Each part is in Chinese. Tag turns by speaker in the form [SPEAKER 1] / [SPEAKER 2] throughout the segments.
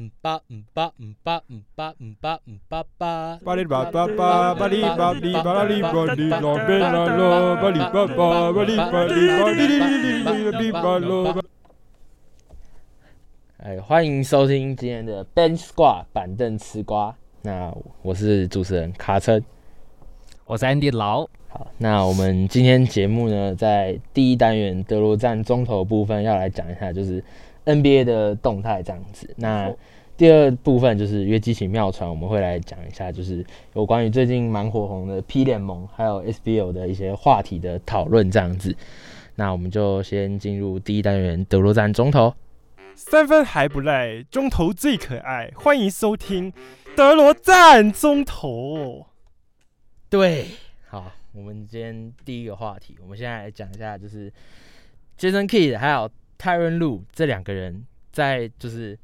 [SPEAKER 1] 嗯吧嗯吧嗯吧嗯吧嗯吧嗯吧吧。
[SPEAKER 2] 巴里巴巴巴巴里巴里巴拉里巴里拉贝拉拉巴里巴巴巴里巴里巴里里里里里里巴罗。
[SPEAKER 3] 哎，欢迎收听今天的 Bench Squad 板凳吃瓜。那我是主持人卡车。
[SPEAKER 4] 我是 Andy 劳，
[SPEAKER 3] 好，那我们今天节目呢，在第一单元德罗站中投部分要来讲一下，就是 NBA 的动态这样子。那第二部分就是约基奇妙传，我们会来讲一下，就是有关于最近蛮火红的 P 联盟还有 SBL 的一些话题的讨论这样子。那我们就先进入第一单元德罗站中投。
[SPEAKER 2] 三分还不赖，中投最可爱。欢迎收听德罗赞中投。
[SPEAKER 3] 对，好，我们今天第一个话题，我们现在来讲一下，就是 Jason Kidd 还有 Tyron Lue 这两个人在就是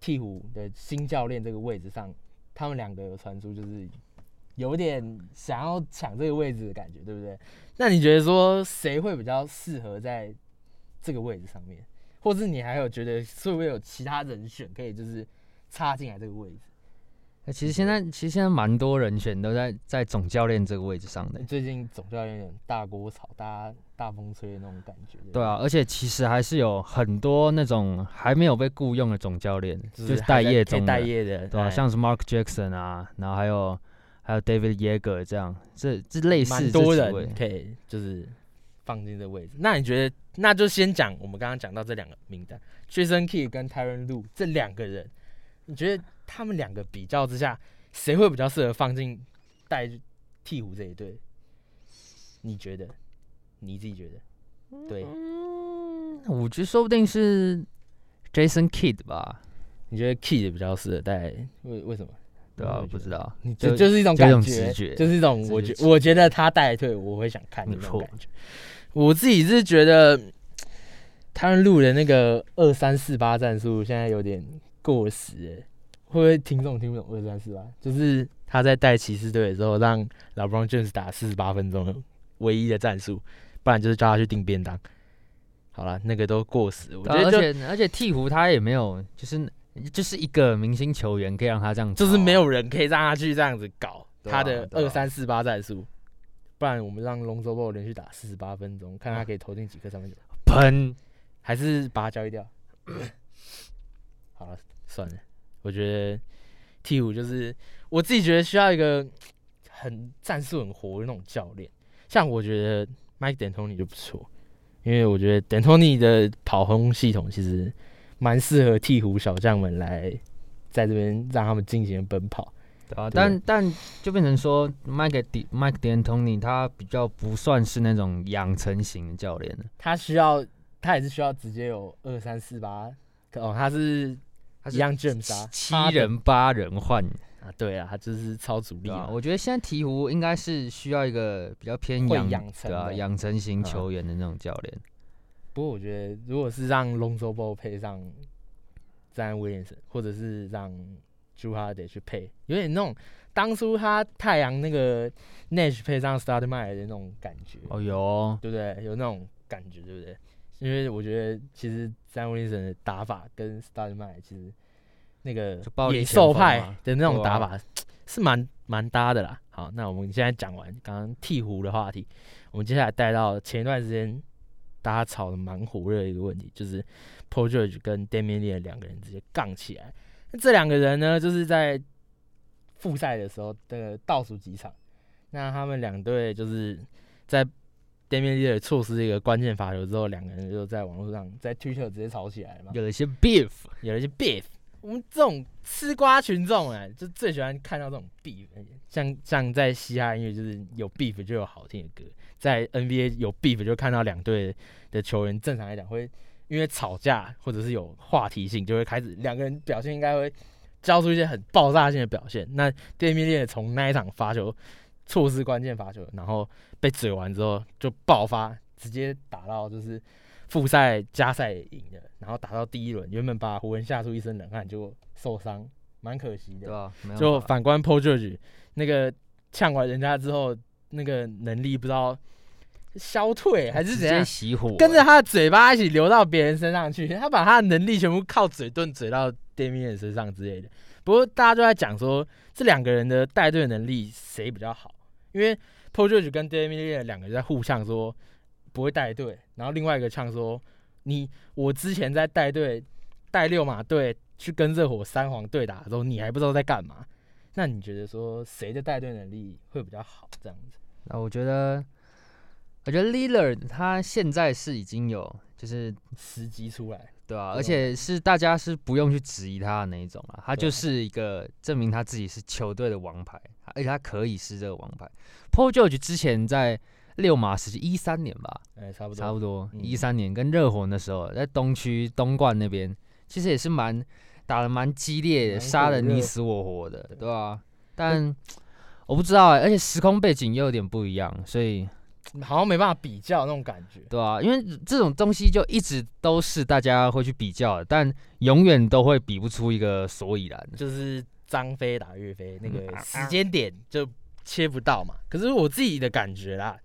[SPEAKER 3] 鹈鹕的新教练这个位置上，他们两个有传出就是有点想要抢这个位置的感觉，对不对？那你觉得说谁会比较适合在这个位置上面，或是你还有觉得会不会有其他人选可以就是插进来这个位置？
[SPEAKER 4] 那哎其实现在其实现在蛮多人选都在在总教练这个位置上的，
[SPEAKER 3] 最近总教练有点大锅炒、大大风吹的那种感觉。
[SPEAKER 4] 对啊，而且其实还是有很多那种还没有被雇佣的总教练，
[SPEAKER 3] 不对，
[SPEAKER 4] 就是
[SPEAKER 3] 还
[SPEAKER 4] 待
[SPEAKER 3] 在
[SPEAKER 4] 业
[SPEAKER 3] 可以
[SPEAKER 4] 中
[SPEAKER 3] 待
[SPEAKER 4] 的，
[SPEAKER 3] 业的，
[SPEAKER 4] 对啊，
[SPEAKER 3] 哎
[SPEAKER 4] 像是 Mark Jackson 啊，然后还有还有 David Yeager 这样，这这类似
[SPEAKER 3] 蛮
[SPEAKER 4] 这
[SPEAKER 3] 多
[SPEAKER 4] 几
[SPEAKER 3] 人
[SPEAKER 4] 位
[SPEAKER 3] 可以就是放进这位置。那你觉得？那就先讲我们刚刚讲到这两个名单，Jason Key 跟 Tyron Lu 这两个人，你觉得他们两个比较之下，谁会比较适合放进带鹈鹕这一队？你觉得？你自己觉得？对，
[SPEAKER 4] 嗯我觉得说不定是 Jason Kidd 吧，
[SPEAKER 3] 你觉得 Key 比较适合带？为为什么？
[SPEAKER 4] 对啊
[SPEAKER 3] 我也觉，得
[SPEAKER 4] 不知道，
[SPEAKER 3] 你
[SPEAKER 4] 就
[SPEAKER 3] 就就是一种
[SPEAKER 4] 就一
[SPEAKER 3] 感
[SPEAKER 4] 种
[SPEAKER 3] 觉，
[SPEAKER 4] 直觉
[SPEAKER 3] 就是一种
[SPEAKER 4] 直
[SPEAKER 3] 我
[SPEAKER 4] 觉
[SPEAKER 3] 觉
[SPEAKER 4] 直
[SPEAKER 3] 我觉得他带队我会想看的
[SPEAKER 4] 没
[SPEAKER 3] 那种
[SPEAKER 4] 错
[SPEAKER 3] 感觉。我自己是觉得他们录的那个二三四八战术现在有点过时了，会不会听众听不懂二三四八？就是他在带骑士队的时候，让老 b r o n James 打四十八分钟唯一的战术，不然就是叫他去订便当。好了，那个都过时，我觉
[SPEAKER 4] 对啊
[SPEAKER 3] 得
[SPEAKER 4] 而
[SPEAKER 3] 就
[SPEAKER 4] 且而且鹈鹕他也没有就是。就是一个明星球员可以让他这样
[SPEAKER 3] 就
[SPEAKER 4] 炒啊，
[SPEAKER 3] 是没有人可以让他去这样子搞
[SPEAKER 4] 对啊
[SPEAKER 3] 他的
[SPEAKER 4] 对
[SPEAKER 3] 二
[SPEAKER 4] 啊
[SPEAKER 3] 三四八战术，不然我们让 Lonzo Ball 连续打四十八分钟，看他可以投进几颗三分球，
[SPEAKER 4] 喷
[SPEAKER 3] 还是把他交 易掉？好了，算了，我觉得 T 五就是我自己觉得需要一个很战术很活的那种教练，像我觉得 Mike D'Antoni 就不错，因为我觉得 D'Antoni 的跑轰系统其实蛮适合鹈鹕小将们来在这边让他们进行奔跑。
[SPEAKER 4] 对啊，
[SPEAKER 3] 对
[SPEAKER 4] 但但就变成说，Mike D Mike D'Antoni 他比较不算是那种养成型的教练了，
[SPEAKER 3] 他需要，他也是需要直接有二三四八，可哦，他是
[SPEAKER 4] 他
[SPEAKER 3] 一
[SPEAKER 4] 是
[SPEAKER 3] 样 James 啊，
[SPEAKER 4] 七
[SPEAKER 3] 哈登
[SPEAKER 4] 人八人换，
[SPEAKER 3] 啊，对啊，他就是超主力
[SPEAKER 4] 对啊
[SPEAKER 3] 嘛，，
[SPEAKER 4] 我觉得现在鹈鹕应该是需要一个比较偏
[SPEAKER 3] 会
[SPEAKER 4] 养
[SPEAKER 3] 养成
[SPEAKER 4] 对啊
[SPEAKER 3] 的
[SPEAKER 4] 养成型
[SPEAKER 3] 嗯
[SPEAKER 4] 球员的那种教练，
[SPEAKER 3] 不过我觉得，如果是让 Lonzo Ball 配上詹威廉森，或者是让 j u h a d e 去配，有点那种当初他太阳那个 Nash 配上 s t a r d m a y 的那种感觉，
[SPEAKER 4] 哦有哦
[SPEAKER 3] 对不对？有那种感觉，对不对？因为我觉得其实詹威廉森的打法跟 s t a r d m a y 其实那个
[SPEAKER 4] 就暴力
[SPEAKER 3] 野
[SPEAKER 4] 前
[SPEAKER 3] 兽
[SPEAKER 4] 锋
[SPEAKER 3] 派
[SPEAKER 4] 嘛
[SPEAKER 3] 的那种
[SPEAKER 4] 对
[SPEAKER 3] 打
[SPEAKER 4] 啊
[SPEAKER 3] 法是蛮蛮搭的啦。好，那我们现在讲完刚刚鹈鹕的话题，我们接下来带到前一段时间大家吵得蛮火热的一个问题，就是 Paul George 跟 Damian l e a 两个人直接杠起来。那这两个人呢，就是在复赛的时候的倒数几场，那他们两队就是在 Damian l e a 错失一个关键罚球之后，两个人就在网络上在 Twitter 直接吵起来了嘛。
[SPEAKER 4] 有了一些 beef，
[SPEAKER 3] 有人就 beef。我们这种吃瓜群众哎、就最喜欢看到这种 beef，像像在嘻哈音乐就是有 beef 就有好听的歌，在 NBA 有 beef 就看到两队的球员，正常来讲会因为吵架或者是有话题性，就会开始两个人表现应该会交出一些很爆炸性的表现。那 d a m i 从那一场罚球错失关键罚球，然后被嘴完之后就爆发，直接打到就是复赛加赛也赢了，然后打到第一轮，原本把湖人吓出一身冷汗，结果受伤，蛮可惜
[SPEAKER 4] 对
[SPEAKER 3] 的。
[SPEAKER 4] 吧？没有
[SPEAKER 3] 就
[SPEAKER 4] 办法
[SPEAKER 3] 反观 p o j o r g e 那个呛完人家之后，那个能力不知道消退还是
[SPEAKER 4] 直
[SPEAKER 3] 怎
[SPEAKER 4] 接
[SPEAKER 3] 样，
[SPEAKER 4] 熄火，
[SPEAKER 3] 跟着他的嘴巴一起流到别人身上去， 他把他的能力全部靠嘴遁嘴到 Damian 身上之类的。不过大家都在讲说这两个人的带队能力谁比较好，因为 p o j o g e 跟 Damian 两个人在互呛说不会带队，然后另外一个呛说你我之前在带队带六马队去跟热火三皇对打的时候，你还不知道在干嘛。那你觉得说谁的带队能力会比较好？这样子，
[SPEAKER 4] 那我觉得，我觉得 l i l l a r 他现在是已经有，就是
[SPEAKER 3] 时机出来，
[SPEAKER 4] 对啊，
[SPEAKER 3] 对
[SPEAKER 4] 而且是大家是不用去质疑他的那一种啊，他
[SPEAKER 3] 对啊
[SPEAKER 4] 就是一个证明他自己是球队的王牌，而且他可以是这个王牌。Paul George 之前在六马时期一三年吧，
[SPEAKER 3] 哎、差不多，
[SPEAKER 4] 差不多
[SPEAKER 3] 嗯
[SPEAKER 4] 一三年跟热火那时候，在东区东冠那边，其实也是蛮打的蛮激烈的，
[SPEAKER 3] 蛮
[SPEAKER 4] 杀的
[SPEAKER 3] 火热
[SPEAKER 4] 你死我活的，对吧、但我不知道、欸，而且时空背景又有点不一样，所以
[SPEAKER 3] 好像没办法比较那种感觉。
[SPEAKER 4] 对啊，因为这种东西就一直都是大家会去比较的，但永远都会比不出一个所以然。
[SPEAKER 3] 就是张飞打岳飞那
[SPEAKER 4] 嗯
[SPEAKER 3] 个
[SPEAKER 4] 啊
[SPEAKER 3] 时间点就切不到嘛。可是我自己的感觉啦，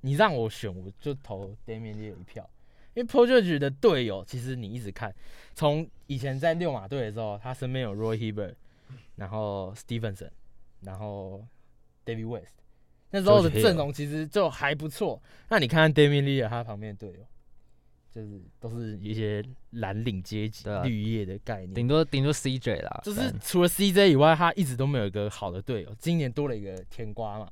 [SPEAKER 3] 你让我选，我就投 Damian l i l l 一票，因为 p o j o g e 的队友，其实你一直看，从以前在六马队的时候，他身边有 Roy Hibbert，然后 Stevenson，然后 David West。那时候的
[SPEAKER 4] George Hill
[SPEAKER 3] 阵容其实就还不错，那你看看 Damian l i l l 他旁边的队友，就是都是一些蓝领阶级、
[SPEAKER 4] 对啊
[SPEAKER 3] 绿叶的概念，
[SPEAKER 4] 顶多顶多 CJ 啦，
[SPEAKER 3] 就是除了 CJ 以外，他一直都没有一个好的队友。今年多了一个甜瓜嘛，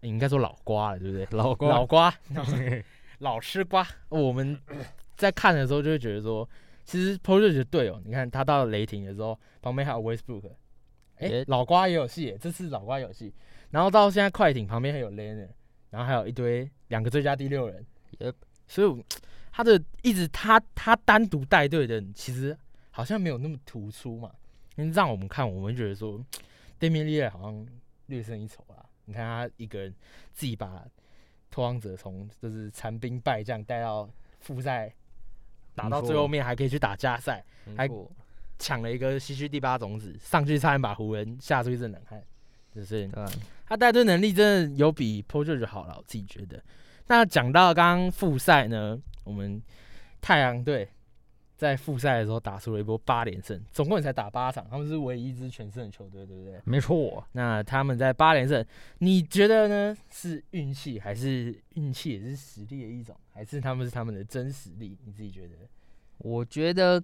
[SPEAKER 3] 你应该说老瓜了，对不对？
[SPEAKER 4] 老公
[SPEAKER 3] 老瓜，老吃瓜。我们在看的时候就会觉得说，其实 p o j o 的队友，你看他到雷霆的时候，旁边还有 Westbrook，哎、
[SPEAKER 4] 诶
[SPEAKER 3] 老瓜也有戏耶，这次老瓜有戏。然后到现在快艇旁边还有 l e n a r 然后还有一堆两个最佳第六人，
[SPEAKER 4] Yep
[SPEAKER 3] 所以我他的一直他他单独带队的人其实好像没有那么突出嘛。因为让我们看，我们觉得说 Damian l i l l 好像略胜一筹啦。你看他一个人自己把拓荒者从就是残兵败将带到复赛，打到最后面还可以去打加赛，
[SPEAKER 4] 没
[SPEAKER 3] 还
[SPEAKER 4] 错
[SPEAKER 3] 抢了一个西区第八种子，上去差点把湖人吓出一身冷汗。就是
[SPEAKER 4] 对啊
[SPEAKER 3] 他带队能力真的有比 p o j o 好了，我自己觉得。那讲到刚刚复赛呢，我们太阳队在复赛的时候打出了一波八连胜，总共也才打八场，他们是唯一一支全胜的球队，对不对？
[SPEAKER 4] 没错。
[SPEAKER 3] 那他们在八连胜，你觉得呢？是运气还是运气也是实力的一种，还是他们是他们的真实力？你自己觉得？
[SPEAKER 4] 我觉得，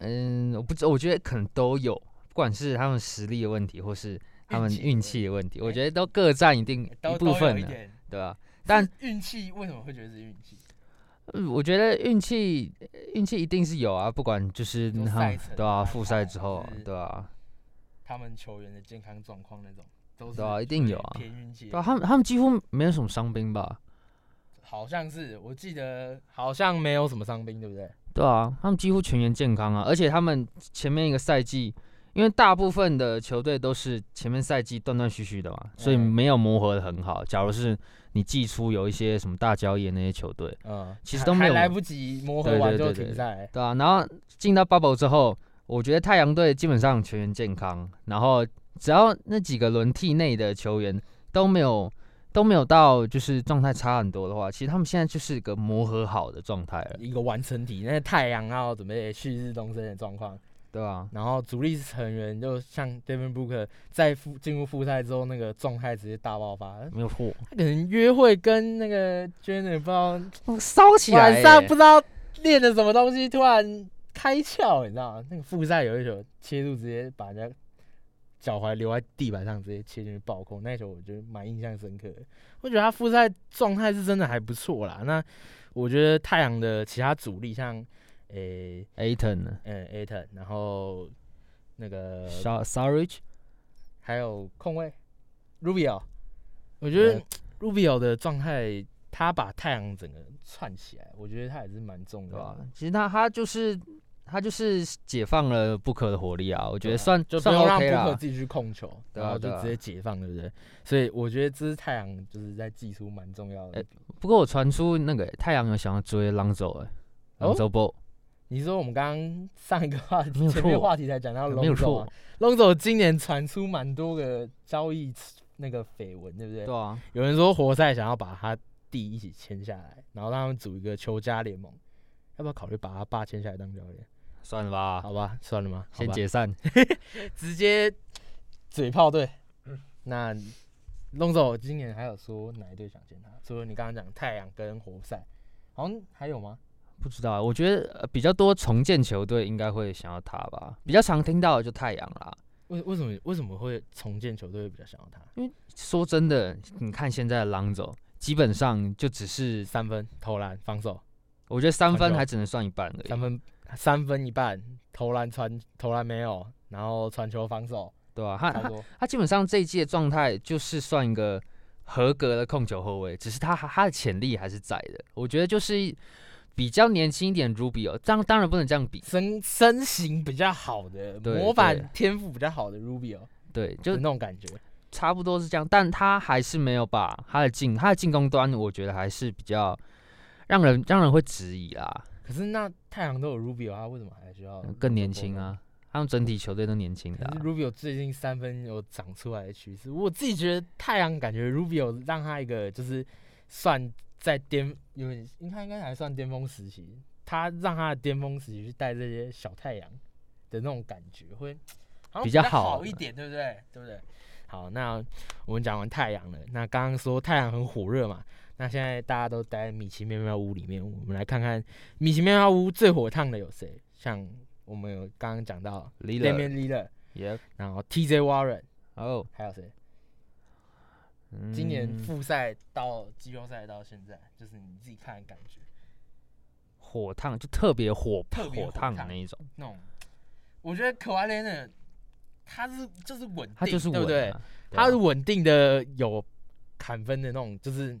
[SPEAKER 4] 嗯，我不知，我觉得可能都有，不管是他们实力的问题，或是他们
[SPEAKER 3] 运气的
[SPEAKER 4] 运
[SPEAKER 3] 问
[SPEAKER 4] 气
[SPEAKER 3] 题
[SPEAKER 4] 的问题，
[SPEAKER 3] 哎
[SPEAKER 4] 我觉得都各占一定
[SPEAKER 3] 都
[SPEAKER 4] 一部
[SPEAKER 3] 都有
[SPEAKER 4] 分
[SPEAKER 3] 一
[SPEAKER 4] 的，
[SPEAKER 3] 点，
[SPEAKER 4] 对吧、但
[SPEAKER 3] 是运气为什么会觉得是运气？
[SPEAKER 4] 呃我觉得运气，运气一定是有啊，不管就是
[SPEAKER 3] 你说
[SPEAKER 4] 他
[SPEAKER 3] 赛
[SPEAKER 4] 们
[SPEAKER 3] 程
[SPEAKER 4] 对啊，
[SPEAKER 3] 安
[SPEAKER 4] 复
[SPEAKER 3] 排
[SPEAKER 4] 赛
[SPEAKER 3] 还
[SPEAKER 4] 之后，
[SPEAKER 3] 是
[SPEAKER 4] 对啊，
[SPEAKER 3] 他们球员的健康状况那种，都是
[SPEAKER 4] 对啊一定有啊
[SPEAKER 3] 偏运气的
[SPEAKER 4] 对啊，他们他们几乎没有什么伤兵吧？
[SPEAKER 3] 好像是我记得好像没有什么伤兵，对不对？
[SPEAKER 4] 对啊，他们几乎全员健康啊，而且他们前面一个赛季，因为大部分的球队都是前面赛季断断续续的嘛，所以
[SPEAKER 3] 嗯
[SPEAKER 4] 没有磨合的很好。假如是你季初有一些什么大交易的那些球队，
[SPEAKER 3] 嗯，
[SPEAKER 4] 其实
[SPEAKER 3] 还
[SPEAKER 4] 都没有
[SPEAKER 3] 还来不及磨合
[SPEAKER 4] 对
[SPEAKER 3] 完
[SPEAKER 4] 对
[SPEAKER 3] 就
[SPEAKER 4] 对对
[SPEAKER 3] 停赛。
[SPEAKER 4] 对啊，然后进到 bubble 之后，我觉得太阳队基本上全员健康，然后只要那几个轮替内的球员都没有都没有到就是状态差很多的话，其实他们现在就是一个磨合好的状态了，
[SPEAKER 3] 一个完成体，那太阳要准备旭日东升的状况，
[SPEAKER 4] 对啊，
[SPEAKER 3] 然后主力成员就像 Devin Booker 在复进入复赛之后，那个状态直接大爆发。
[SPEAKER 4] 没有货，
[SPEAKER 3] 他可能约会跟那个 Jenner 不知道
[SPEAKER 4] 烧起来
[SPEAKER 3] 晚
[SPEAKER 4] 耶，
[SPEAKER 3] 上不知道练的什么东西，突然开窍，你知道吗？那个复赛有一球切入，直接把人家脚踝留在地板上，直接切进去暴扣。那一球我觉得蛮印象深刻的。我觉得他复赛状态是真的还不错啦。那我觉得太阳的其他主力像诶
[SPEAKER 4] Aton 呢
[SPEAKER 3] 嗯 a t o n 然后那个
[SPEAKER 4] s a s a r i c
[SPEAKER 3] 还有控卫 Rubio，我觉得
[SPEAKER 4] 呃
[SPEAKER 3] Rubio 的状态，他把太阳整个串起来，我觉得他也是蛮重
[SPEAKER 4] 对
[SPEAKER 3] 要
[SPEAKER 4] 吧、
[SPEAKER 3] 的。啊
[SPEAKER 4] 其实他他就是他就是解放了不可的活力啊，我觉
[SPEAKER 3] 对啊
[SPEAKER 4] 得算、
[SPEAKER 3] 就不
[SPEAKER 4] 算
[SPEAKER 3] 用让
[SPEAKER 4] OK
[SPEAKER 3] 布克
[SPEAKER 4] 啦，
[SPEAKER 3] 自己去控球，
[SPEAKER 4] 对
[SPEAKER 3] 然
[SPEAKER 4] 啊
[SPEAKER 3] 后就
[SPEAKER 4] 对啊
[SPEAKER 3] 直接解放，对不对？所以我觉得这是太阳就是在技术蛮重要的
[SPEAKER 4] 哎
[SPEAKER 3] 一笔。
[SPEAKER 4] 不过我传出那个太阳有想要追 Lonzo 哎、欸、
[SPEAKER 3] 哦
[SPEAKER 4] ，Lonzo Ball。
[SPEAKER 3] 你说我们刚刚上一个话
[SPEAKER 4] 没
[SPEAKER 3] 题，
[SPEAKER 4] 有
[SPEAKER 3] 前
[SPEAKER 4] 错
[SPEAKER 3] 面
[SPEAKER 4] 哎
[SPEAKER 3] 话题才讲到
[SPEAKER 4] 没有
[SPEAKER 3] Lonzo，
[SPEAKER 4] 错
[SPEAKER 3] 啊、，Lonzo 今年传出蛮多个交易那个绯闻，对不对？
[SPEAKER 4] 对啊，
[SPEAKER 3] 有人说活塞想要把他弟一起签下来，然后让他们组一个球家联盟，要不要考虑把他爸签下来当教练？
[SPEAKER 4] 算了吧，
[SPEAKER 3] 好吧，算了吗？好
[SPEAKER 4] 先
[SPEAKER 3] 吧
[SPEAKER 4] 解散。
[SPEAKER 3] 直接嗯嘴炮队。那龙总今年还有说哪一队想见他？除了你刚刚讲太阳跟活塞，好像还有吗？
[SPEAKER 4] 不知道啊，我觉得呃比较多重建球队应该会想要他吧，比较常听到的就太阳啦。
[SPEAKER 3] 为为什么为什么会重建球队会比较想要他？
[SPEAKER 4] 说真的，你看现在的朗走，基本上就只是
[SPEAKER 3] 三分投篮防守，
[SPEAKER 4] 我觉得三
[SPEAKER 3] 传
[SPEAKER 4] 分
[SPEAKER 3] 球
[SPEAKER 4] 还只能算一半而
[SPEAKER 3] 三
[SPEAKER 4] 已，
[SPEAKER 3] 分三分一半，投篮传投篮没有，然后传球防守，
[SPEAKER 4] 对吧、
[SPEAKER 3] 差
[SPEAKER 4] 他
[SPEAKER 3] 不
[SPEAKER 4] 他
[SPEAKER 3] 多。
[SPEAKER 4] 他基本上这一季的状态就是算一个合格的控球后卫，只是他他的潜力还是在的。我觉得就是比较年轻一点，Rubio，当当然不能这样比，
[SPEAKER 3] 身身形比较好的，
[SPEAKER 4] 对
[SPEAKER 3] 模板
[SPEAKER 4] 对
[SPEAKER 3] 天赋比较好的 Rubio，
[SPEAKER 4] 对，
[SPEAKER 3] 就
[SPEAKER 4] 就
[SPEAKER 3] 那种感觉。
[SPEAKER 4] 差不多是这样，但他还是没有把他的进他的进攻端，我觉得还是比较让人让人会质疑啦，
[SPEAKER 3] 可是那太阳都有 Rubio，他为啊什么还需要
[SPEAKER 4] 更年
[SPEAKER 3] Lonzo
[SPEAKER 4] 轻
[SPEAKER 3] Ball 呢
[SPEAKER 4] 啊，他们整体球队都年轻的、
[SPEAKER 3] 可
[SPEAKER 4] 啊
[SPEAKER 3] 是，Rubio 最近三分有长出来的趋势，我自己觉得太阳感觉 Rubio 让他一个就是算在巅，有点应该应该还算巅峰时期，他让他的巅峰时期去带这些小太阳的那种感觉会好像
[SPEAKER 4] 比
[SPEAKER 3] 较
[SPEAKER 4] 较好
[SPEAKER 3] 一点，对不对？对不对？好，那我们讲完太阳了，那刚刚说太阳很火热嘛，那现在大家都待在米奇妙妙屋里面，我们来看看米奇妙妙屋最火烫的有谁？像我们有刚刚讲到
[SPEAKER 4] l
[SPEAKER 3] d a m i a n l i l l a r
[SPEAKER 4] 也
[SPEAKER 3] 然后 TJ Warren
[SPEAKER 4] 哦，
[SPEAKER 3] 还有谁？
[SPEAKER 4] 嗯
[SPEAKER 3] 今年复赛到季后赛到现在，就是你自己看的感觉，
[SPEAKER 4] 火烫就特别火
[SPEAKER 3] 特别火烫
[SPEAKER 4] 烫的那一种，
[SPEAKER 3] 那种我觉得可瓦雷呢，他是就是稳定，
[SPEAKER 4] 他就是
[SPEAKER 3] 对
[SPEAKER 4] 稳
[SPEAKER 3] 不对？
[SPEAKER 4] 啊
[SPEAKER 3] 他是
[SPEAKER 4] 对啊
[SPEAKER 3] 稳定的有砍分的那种，就是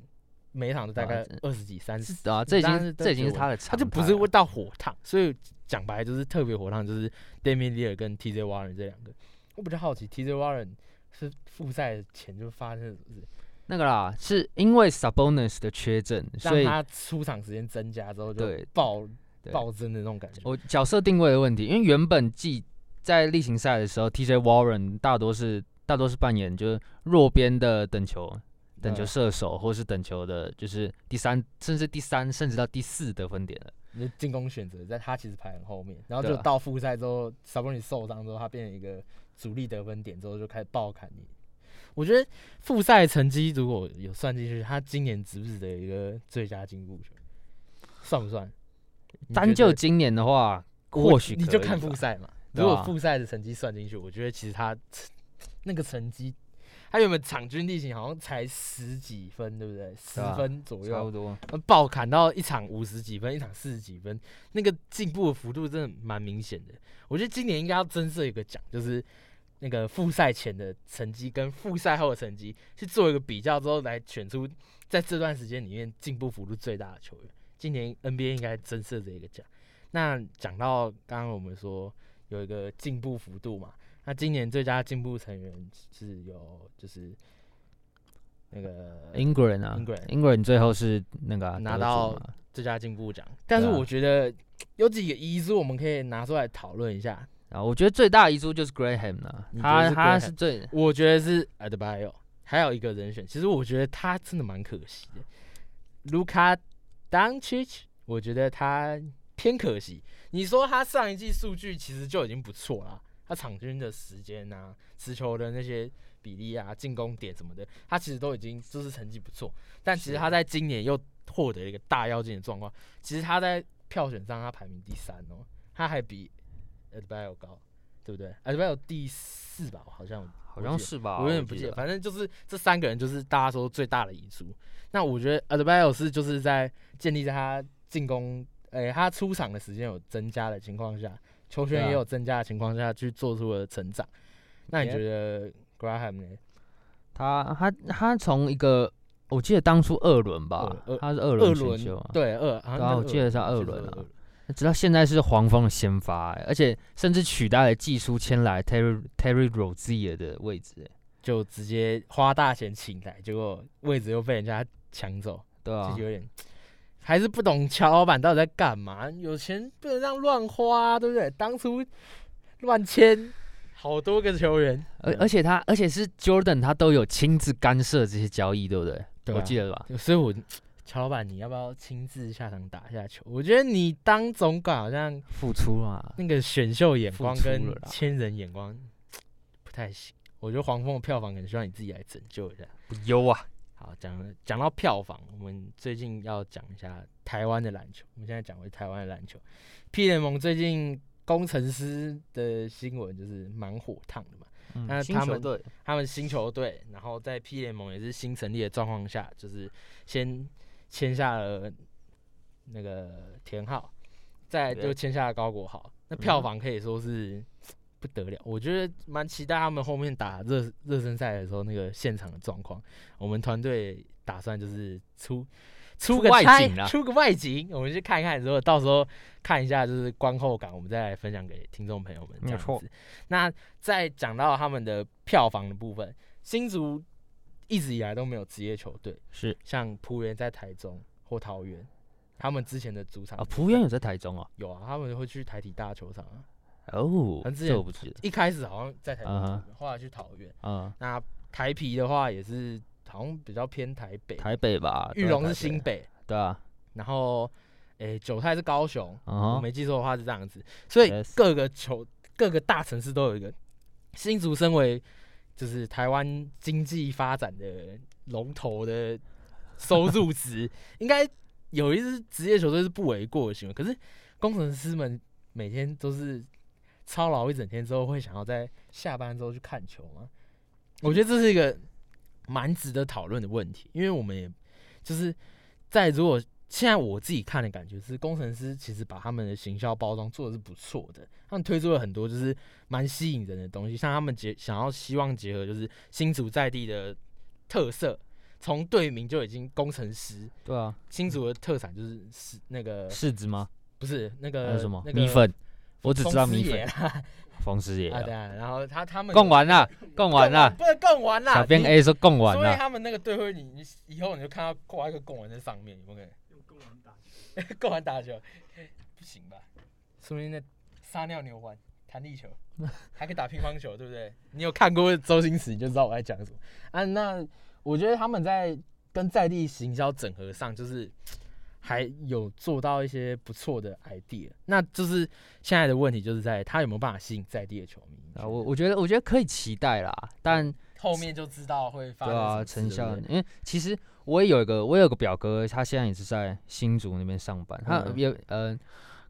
[SPEAKER 3] 每一场都大概
[SPEAKER 4] 啊这
[SPEAKER 3] 二十几、三十，
[SPEAKER 4] 是啊，这已
[SPEAKER 3] 当
[SPEAKER 4] 经是
[SPEAKER 3] 然是
[SPEAKER 4] 这已经是
[SPEAKER 3] 特别
[SPEAKER 4] 他
[SPEAKER 3] 稳
[SPEAKER 4] 的
[SPEAKER 3] 他
[SPEAKER 4] 常态
[SPEAKER 3] 就
[SPEAKER 4] 啊，
[SPEAKER 3] 不是会到火烫，所以讲白了就是特别火烫，就是 d a m i a n l i l l a r 跟 TJ Warren 这两个。我比较好奇 TJ Warren 是复赛前就发生了什么事，
[SPEAKER 4] 那个啦，是因为 Sabonis 的缺阵，所
[SPEAKER 3] 让
[SPEAKER 4] 以
[SPEAKER 3] 他出场时间增加之后就
[SPEAKER 4] 对
[SPEAKER 3] 爆
[SPEAKER 4] 对
[SPEAKER 3] 暴增的那种感觉。
[SPEAKER 4] 我角色定位的问题，因为原本季在例行赛的时候，TJ Warren 大多是大多是扮演就是弱边的等球等球
[SPEAKER 3] 嗯
[SPEAKER 4] 射手，或是等球的，就是第三甚至第三甚至到第四得分点了。
[SPEAKER 3] 你的进攻选择，在他其实排很后面，然后
[SPEAKER 4] 对
[SPEAKER 3] 就
[SPEAKER 4] 啊
[SPEAKER 3] 到复赛之后 s a b o n i 受伤之后，他变成一个主力得分点之后，就开始爆砍你。我觉得复赛成绩如果有算进去，他今年值不值得一个最佳进步球？算不算？你
[SPEAKER 4] 单
[SPEAKER 3] 觉
[SPEAKER 4] 就
[SPEAKER 3] 得
[SPEAKER 4] 今年的话，
[SPEAKER 3] 我
[SPEAKER 4] 或许
[SPEAKER 3] 你
[SPEAKER 4] 可
[SPEAKER 3] 就
[SPEAKER 4] 以
[SPEAKER 3] 看
[SPEAKER 4] 吧
[SPEAKER 3] 复赛嘛。
[SPEAKER 4] 对
[SPEAKER 3] 如果
[SPEAKER 4] 啊
[SPEAKER 3] 复赛的成绩算进去，我觉得其实他那个成绩，他原本场均地形好像才十几分，对不对？十
[SPEAKER 4] 对啊
[SPEAKER 3] 分左右
[SPEAKER 4] 差，不多。
[SPEAKER 3] 呃爆砍到一场五十几分，一场四十几分，那个进步的幅度真的蛮明显的。我觉得今年应该要增设一个奖，就是那个复赛前的成绩跟复赛后的成绩去做一个比较之后，来选出在这段时间里面进步幅度最大的球员。今年 NBA 应该增设这一个奖。那讲到刚刚我们说有一个进步幅度嘛，那今年最佳进步成员是有就是那个
[SPEAKER 4] Ingram 啊
[SPEAKER 3] Ingram
[SPEAKER 4] ，Ingram 最后是那个啊
[SPEAKER 3] 拿
[SPEAKER 4] 得主
[SPEAKER 3] 到
[SPEAKER 4] 嘛
[SPEAKER 3] 最佳进步奖。但是我觉得有几个遗珠我们可以拿出来讨论一下。
[SPEAKER 4] 啊，我觉得最大的遗珠就是 Graham 啊，
[SPEAKER 3] 你觉得
[SPEAKER 4] 他
[SPEAKER 3] 是
[SPEAKER 4] 他
[SPEAKER 3] Graham？
[SPEAKER 4] 是最
[SPEAKER 3] 我觉得是 a d b i o 还有一个人选，其实我觉得他真的蛮可惜的。卢卡 Doncic，我觉得他偏可惜。你说他上一季数据其实就已经不错啦，他场均的时间啊、持球的那些比例啊、进攻点什么的，他其实都已经就是成绩不错。但其实
[SPEAKER 4] 是
[SPEAKER 3] 他在今年又获得一个大妖精的状况，其实他在票选上他排名第三哦，他还比 a d b i o 高，对不对 a d b i o 第四吧，好像
[SPEAKER 4] 好像是吧，
[SPEAKER 3] 我有点不记
[SPEAKER 4] 记
[SPEAKER 3] 得，反正就是这三个人就是大家说最大的遗珠。那我觉得 a d b i o 是就是在建立在他进攻，诶、他出场的时间有增加的情况下，球
[SPEAKER 4] 对
[SPEAKER 3] 权
[SPEAKER 4] 啊
[SPEAKER 3] 也有增加的情况下去做出了成长。那你
[SPEAKER 4] Yep
[SPEAKER 3] 觉得 Graham 呢？
[SPEAKER 4] 他他他从一个，我记得当初二轮吧
[SPEAKER 3] 二二，
[SPEAKER 4] 他是二
[SPEAKER 3] 二
[SPEAKER 4] 轮选秀
[SPEAKER 3] 轮
[SPEAKER 4] 啊，
[SPEAKER 3] 对二，好像
[SPEAKER 4] 对啊
[SPEAKER 3] 是
[SPEAKER 4] 我记得是二
[SPEAKER 3] 我记
[SPEAKER 4] 轮
[SPEAKER 3] 是
[SPEAKER 4] 啊
[SPEAKER 3] 二
[SPEAKER 4] 直到现在是黄蜂的先发欸、而且甚至取代了技术签来 Terry Terry Rozier 的位置欸、
[SPEAKER 3] 就直接花大钱请来，结果位置又被人家抢走，
[SPEAKER 4] 对啊
[SPEAKER 3] 其实，有点。还是不懂乔老板到底在干嘛？有钱不能让乱花、对不对？当初乱签好多个球员，
[SPEAKER 4] 而而且他而且是 Jordan 他都有亲自干涉这些交易，对不对？
[SPEAKER 3] 对啊
[SPEAKER 4] 我记得吧？
[SPEAKER 3] 所以我乔老板，你要不要亲自下场打一下球？我觉得你当总管好像
[SPEAKER 4] 付出嘛，
[SPEAKER 3] 那个选秀眼光
[SPEAKER 4] 付出
[SPEAKER 3] 跟
[SPEAKER 4] 了啦
[SPEAKER 3] 千人眼光不太行。我觉得黄蜂的票房可能需要你自己来拯救一下。
[SPEAKER 4] 不优啊，
[SPEAKER 3] 好，讲了讲到票房，我们最近要讲一下台湾的篮球。我们现在讲回台湾的篮球，P 联盟最近工程师的新闻就是蛮火烫的嘛。那
[SPEAKER 4] 嗯新
[SPEAKER 3] 他
[SPEAKER 4] 球
[SPEAKER 3] 们
[SPEAKER 4] 队
[SPEAKER 3] 他们新球队，然后在 P 联盟也是新成立的状况下，就是先签下了那个田浩，再
[SPEAKER 4] 对嗯
[SPEAKER 3] 就签下了高国豪，那票房可以说是不得了。我觉得蛮期待他们后面打热热身赛的时候那个现场的状况。我们团队打算就是出。出
[SPEAKER 4] 出
[SPEAKER 3] 个
[SPEAKER 4] 外
[SPEAKER 3] 差
[SPEAKER 4] 景啦
[SPEAKER 3] 出个外景，我们去看看。如果到时候看一下，就是观后感，我们再来分享给听众朋友们。这
[SPEAKER 4] 没
[SPEAKER 3] 样
[SPEAKER 4] 错
[SPEAKER 3] 子。那再讲到他们的票房的部分，新竹一直以来都没有职业球队，
[SPEAKER 4] 是
[SPEAKER 3] 像浦原在台中或桃园，他们之前的主场
[SPEAKER 4] 啊，浦原有在台中哦，
[SPEAKER 3] 有啊，他们会去台体大球场啊。
[SPEAKER 4] 哦，
[SPEAKER 3] 很之前
[SPEAKER 4] 这我不知道，
[SPEAKER 3] 一开始好像在台中
[SPEAKER 4] 嗯
[SPEAKER 3] 后来去桃园。
[SPEAKER 4] 嗯，
[SPEAKER 3] 那台皮的话也是好像比较偏台北，
[SPEAKER 4] 台北吧，
[SPEAKER 3] 玉
[SPEAKER 4] 都在
[SPEAKER 3] 龙
[SPEAKER 4] 台
[SPEAKER 3] 是
[SPEAKER 4] 北
[SPEAKER 3] 新，北，
[SPEAKER 4] 对啊，
[SPEAKER 3] 然后诶、九泰是高雄，我
[SPEAKER 4] 嗯哼，
[SPEAKER 3] 没记错的话是这样子，所以
[SPEAKER 4] Yes
[SPEAKER 3] 各个球各个大城市都有一个新竹，身为就是台湾经济发展的龙头的收入值，应该有一支职业球队是不为过的行为。可是工程师们每天都是操劳一整天之后，会想要在下班之后去看球吗？我觉得这是一个蛮值得讨论的问题，因为我们也就是在如果现在我自己看的感觉是，工程师其实把他们的行销包装做的是不错的，他们推出了很多就是蛮吸引人的东西，像他们结想要希望结合就是新竹在地的特色，从队名就已经工程师，
[SPEAKER 4] 对啊，
[SPEAKER 3] 新竹的特产就是是那个
[SPEAKER 4] 柿子吗？
[SPEAKER 3] 不是那
[SPEAKER 4] 还有
[SPEAKER 3] 个
[SPEAKER 4] 什么
[SPEAKER 3] 呃那个
[SPEAKER 4] 米粉？我只
[SPEAKER 3] 冯
[SPEAKER 4] 知道
[SPEAKER 3] 师
[SPEAKER 4] 米
[SPEAKER 3] 爷
[SPEAKER 4] 粉，
[SPEAKER 3] 啦
[SPEAKER 4] 冯师爷
[SPEAKER 3] 啊
[SPEAKER 4] 啊，
[SPEAKER 3] 对啊，然后他他们
[SPEAKER 4] 供完了，供完了，
[SPEAKER 3] 不能供完啦，
[SPEAKER 4] 啊小编
[SPEAKER 3] 你
[SPEAKER 4] A 说啊供完
[SPEAKER 3] 所以
[SPEAKER 4] 了，
[SPEAKER 3] 他们那个队徽，你你以后你就看到挂一个贡丸在上面，有没有可能？用 贡丸打球，贡丸打球不行吧？说明那撒尿牛丸、弹力球，还可以打乒乓球，对不对？你有看过周星驰，你就知道我在讲什么啊。那我觉得他们在跟在地行销整合上，就是还有做到一些不错的 idea。那就是现在的问题，就是在他有没有办法吸引在地的球迷？
[SPEAKER 4] 啊，我我觉得我觉得可以期待啦，但
[SPEAKER 3] 后面就知道会发
[SPEAKER 4] 对
[SPEAKER 3] 生什
[SPEAKER 4] 啊，
[SPEAKER 3] 么
[SPEAKER 4] 成
[SPEAKER 3] 事了
[SPEAKER 4] 效
[SPEAKER 3] 对不，对
[SPEAKER 4] 因为其实我也有一个，我有个表哥，他现在也是在新竹那边上班，他
[SPEAKER 3] 嗯
[SPEAKER 4] 也呃，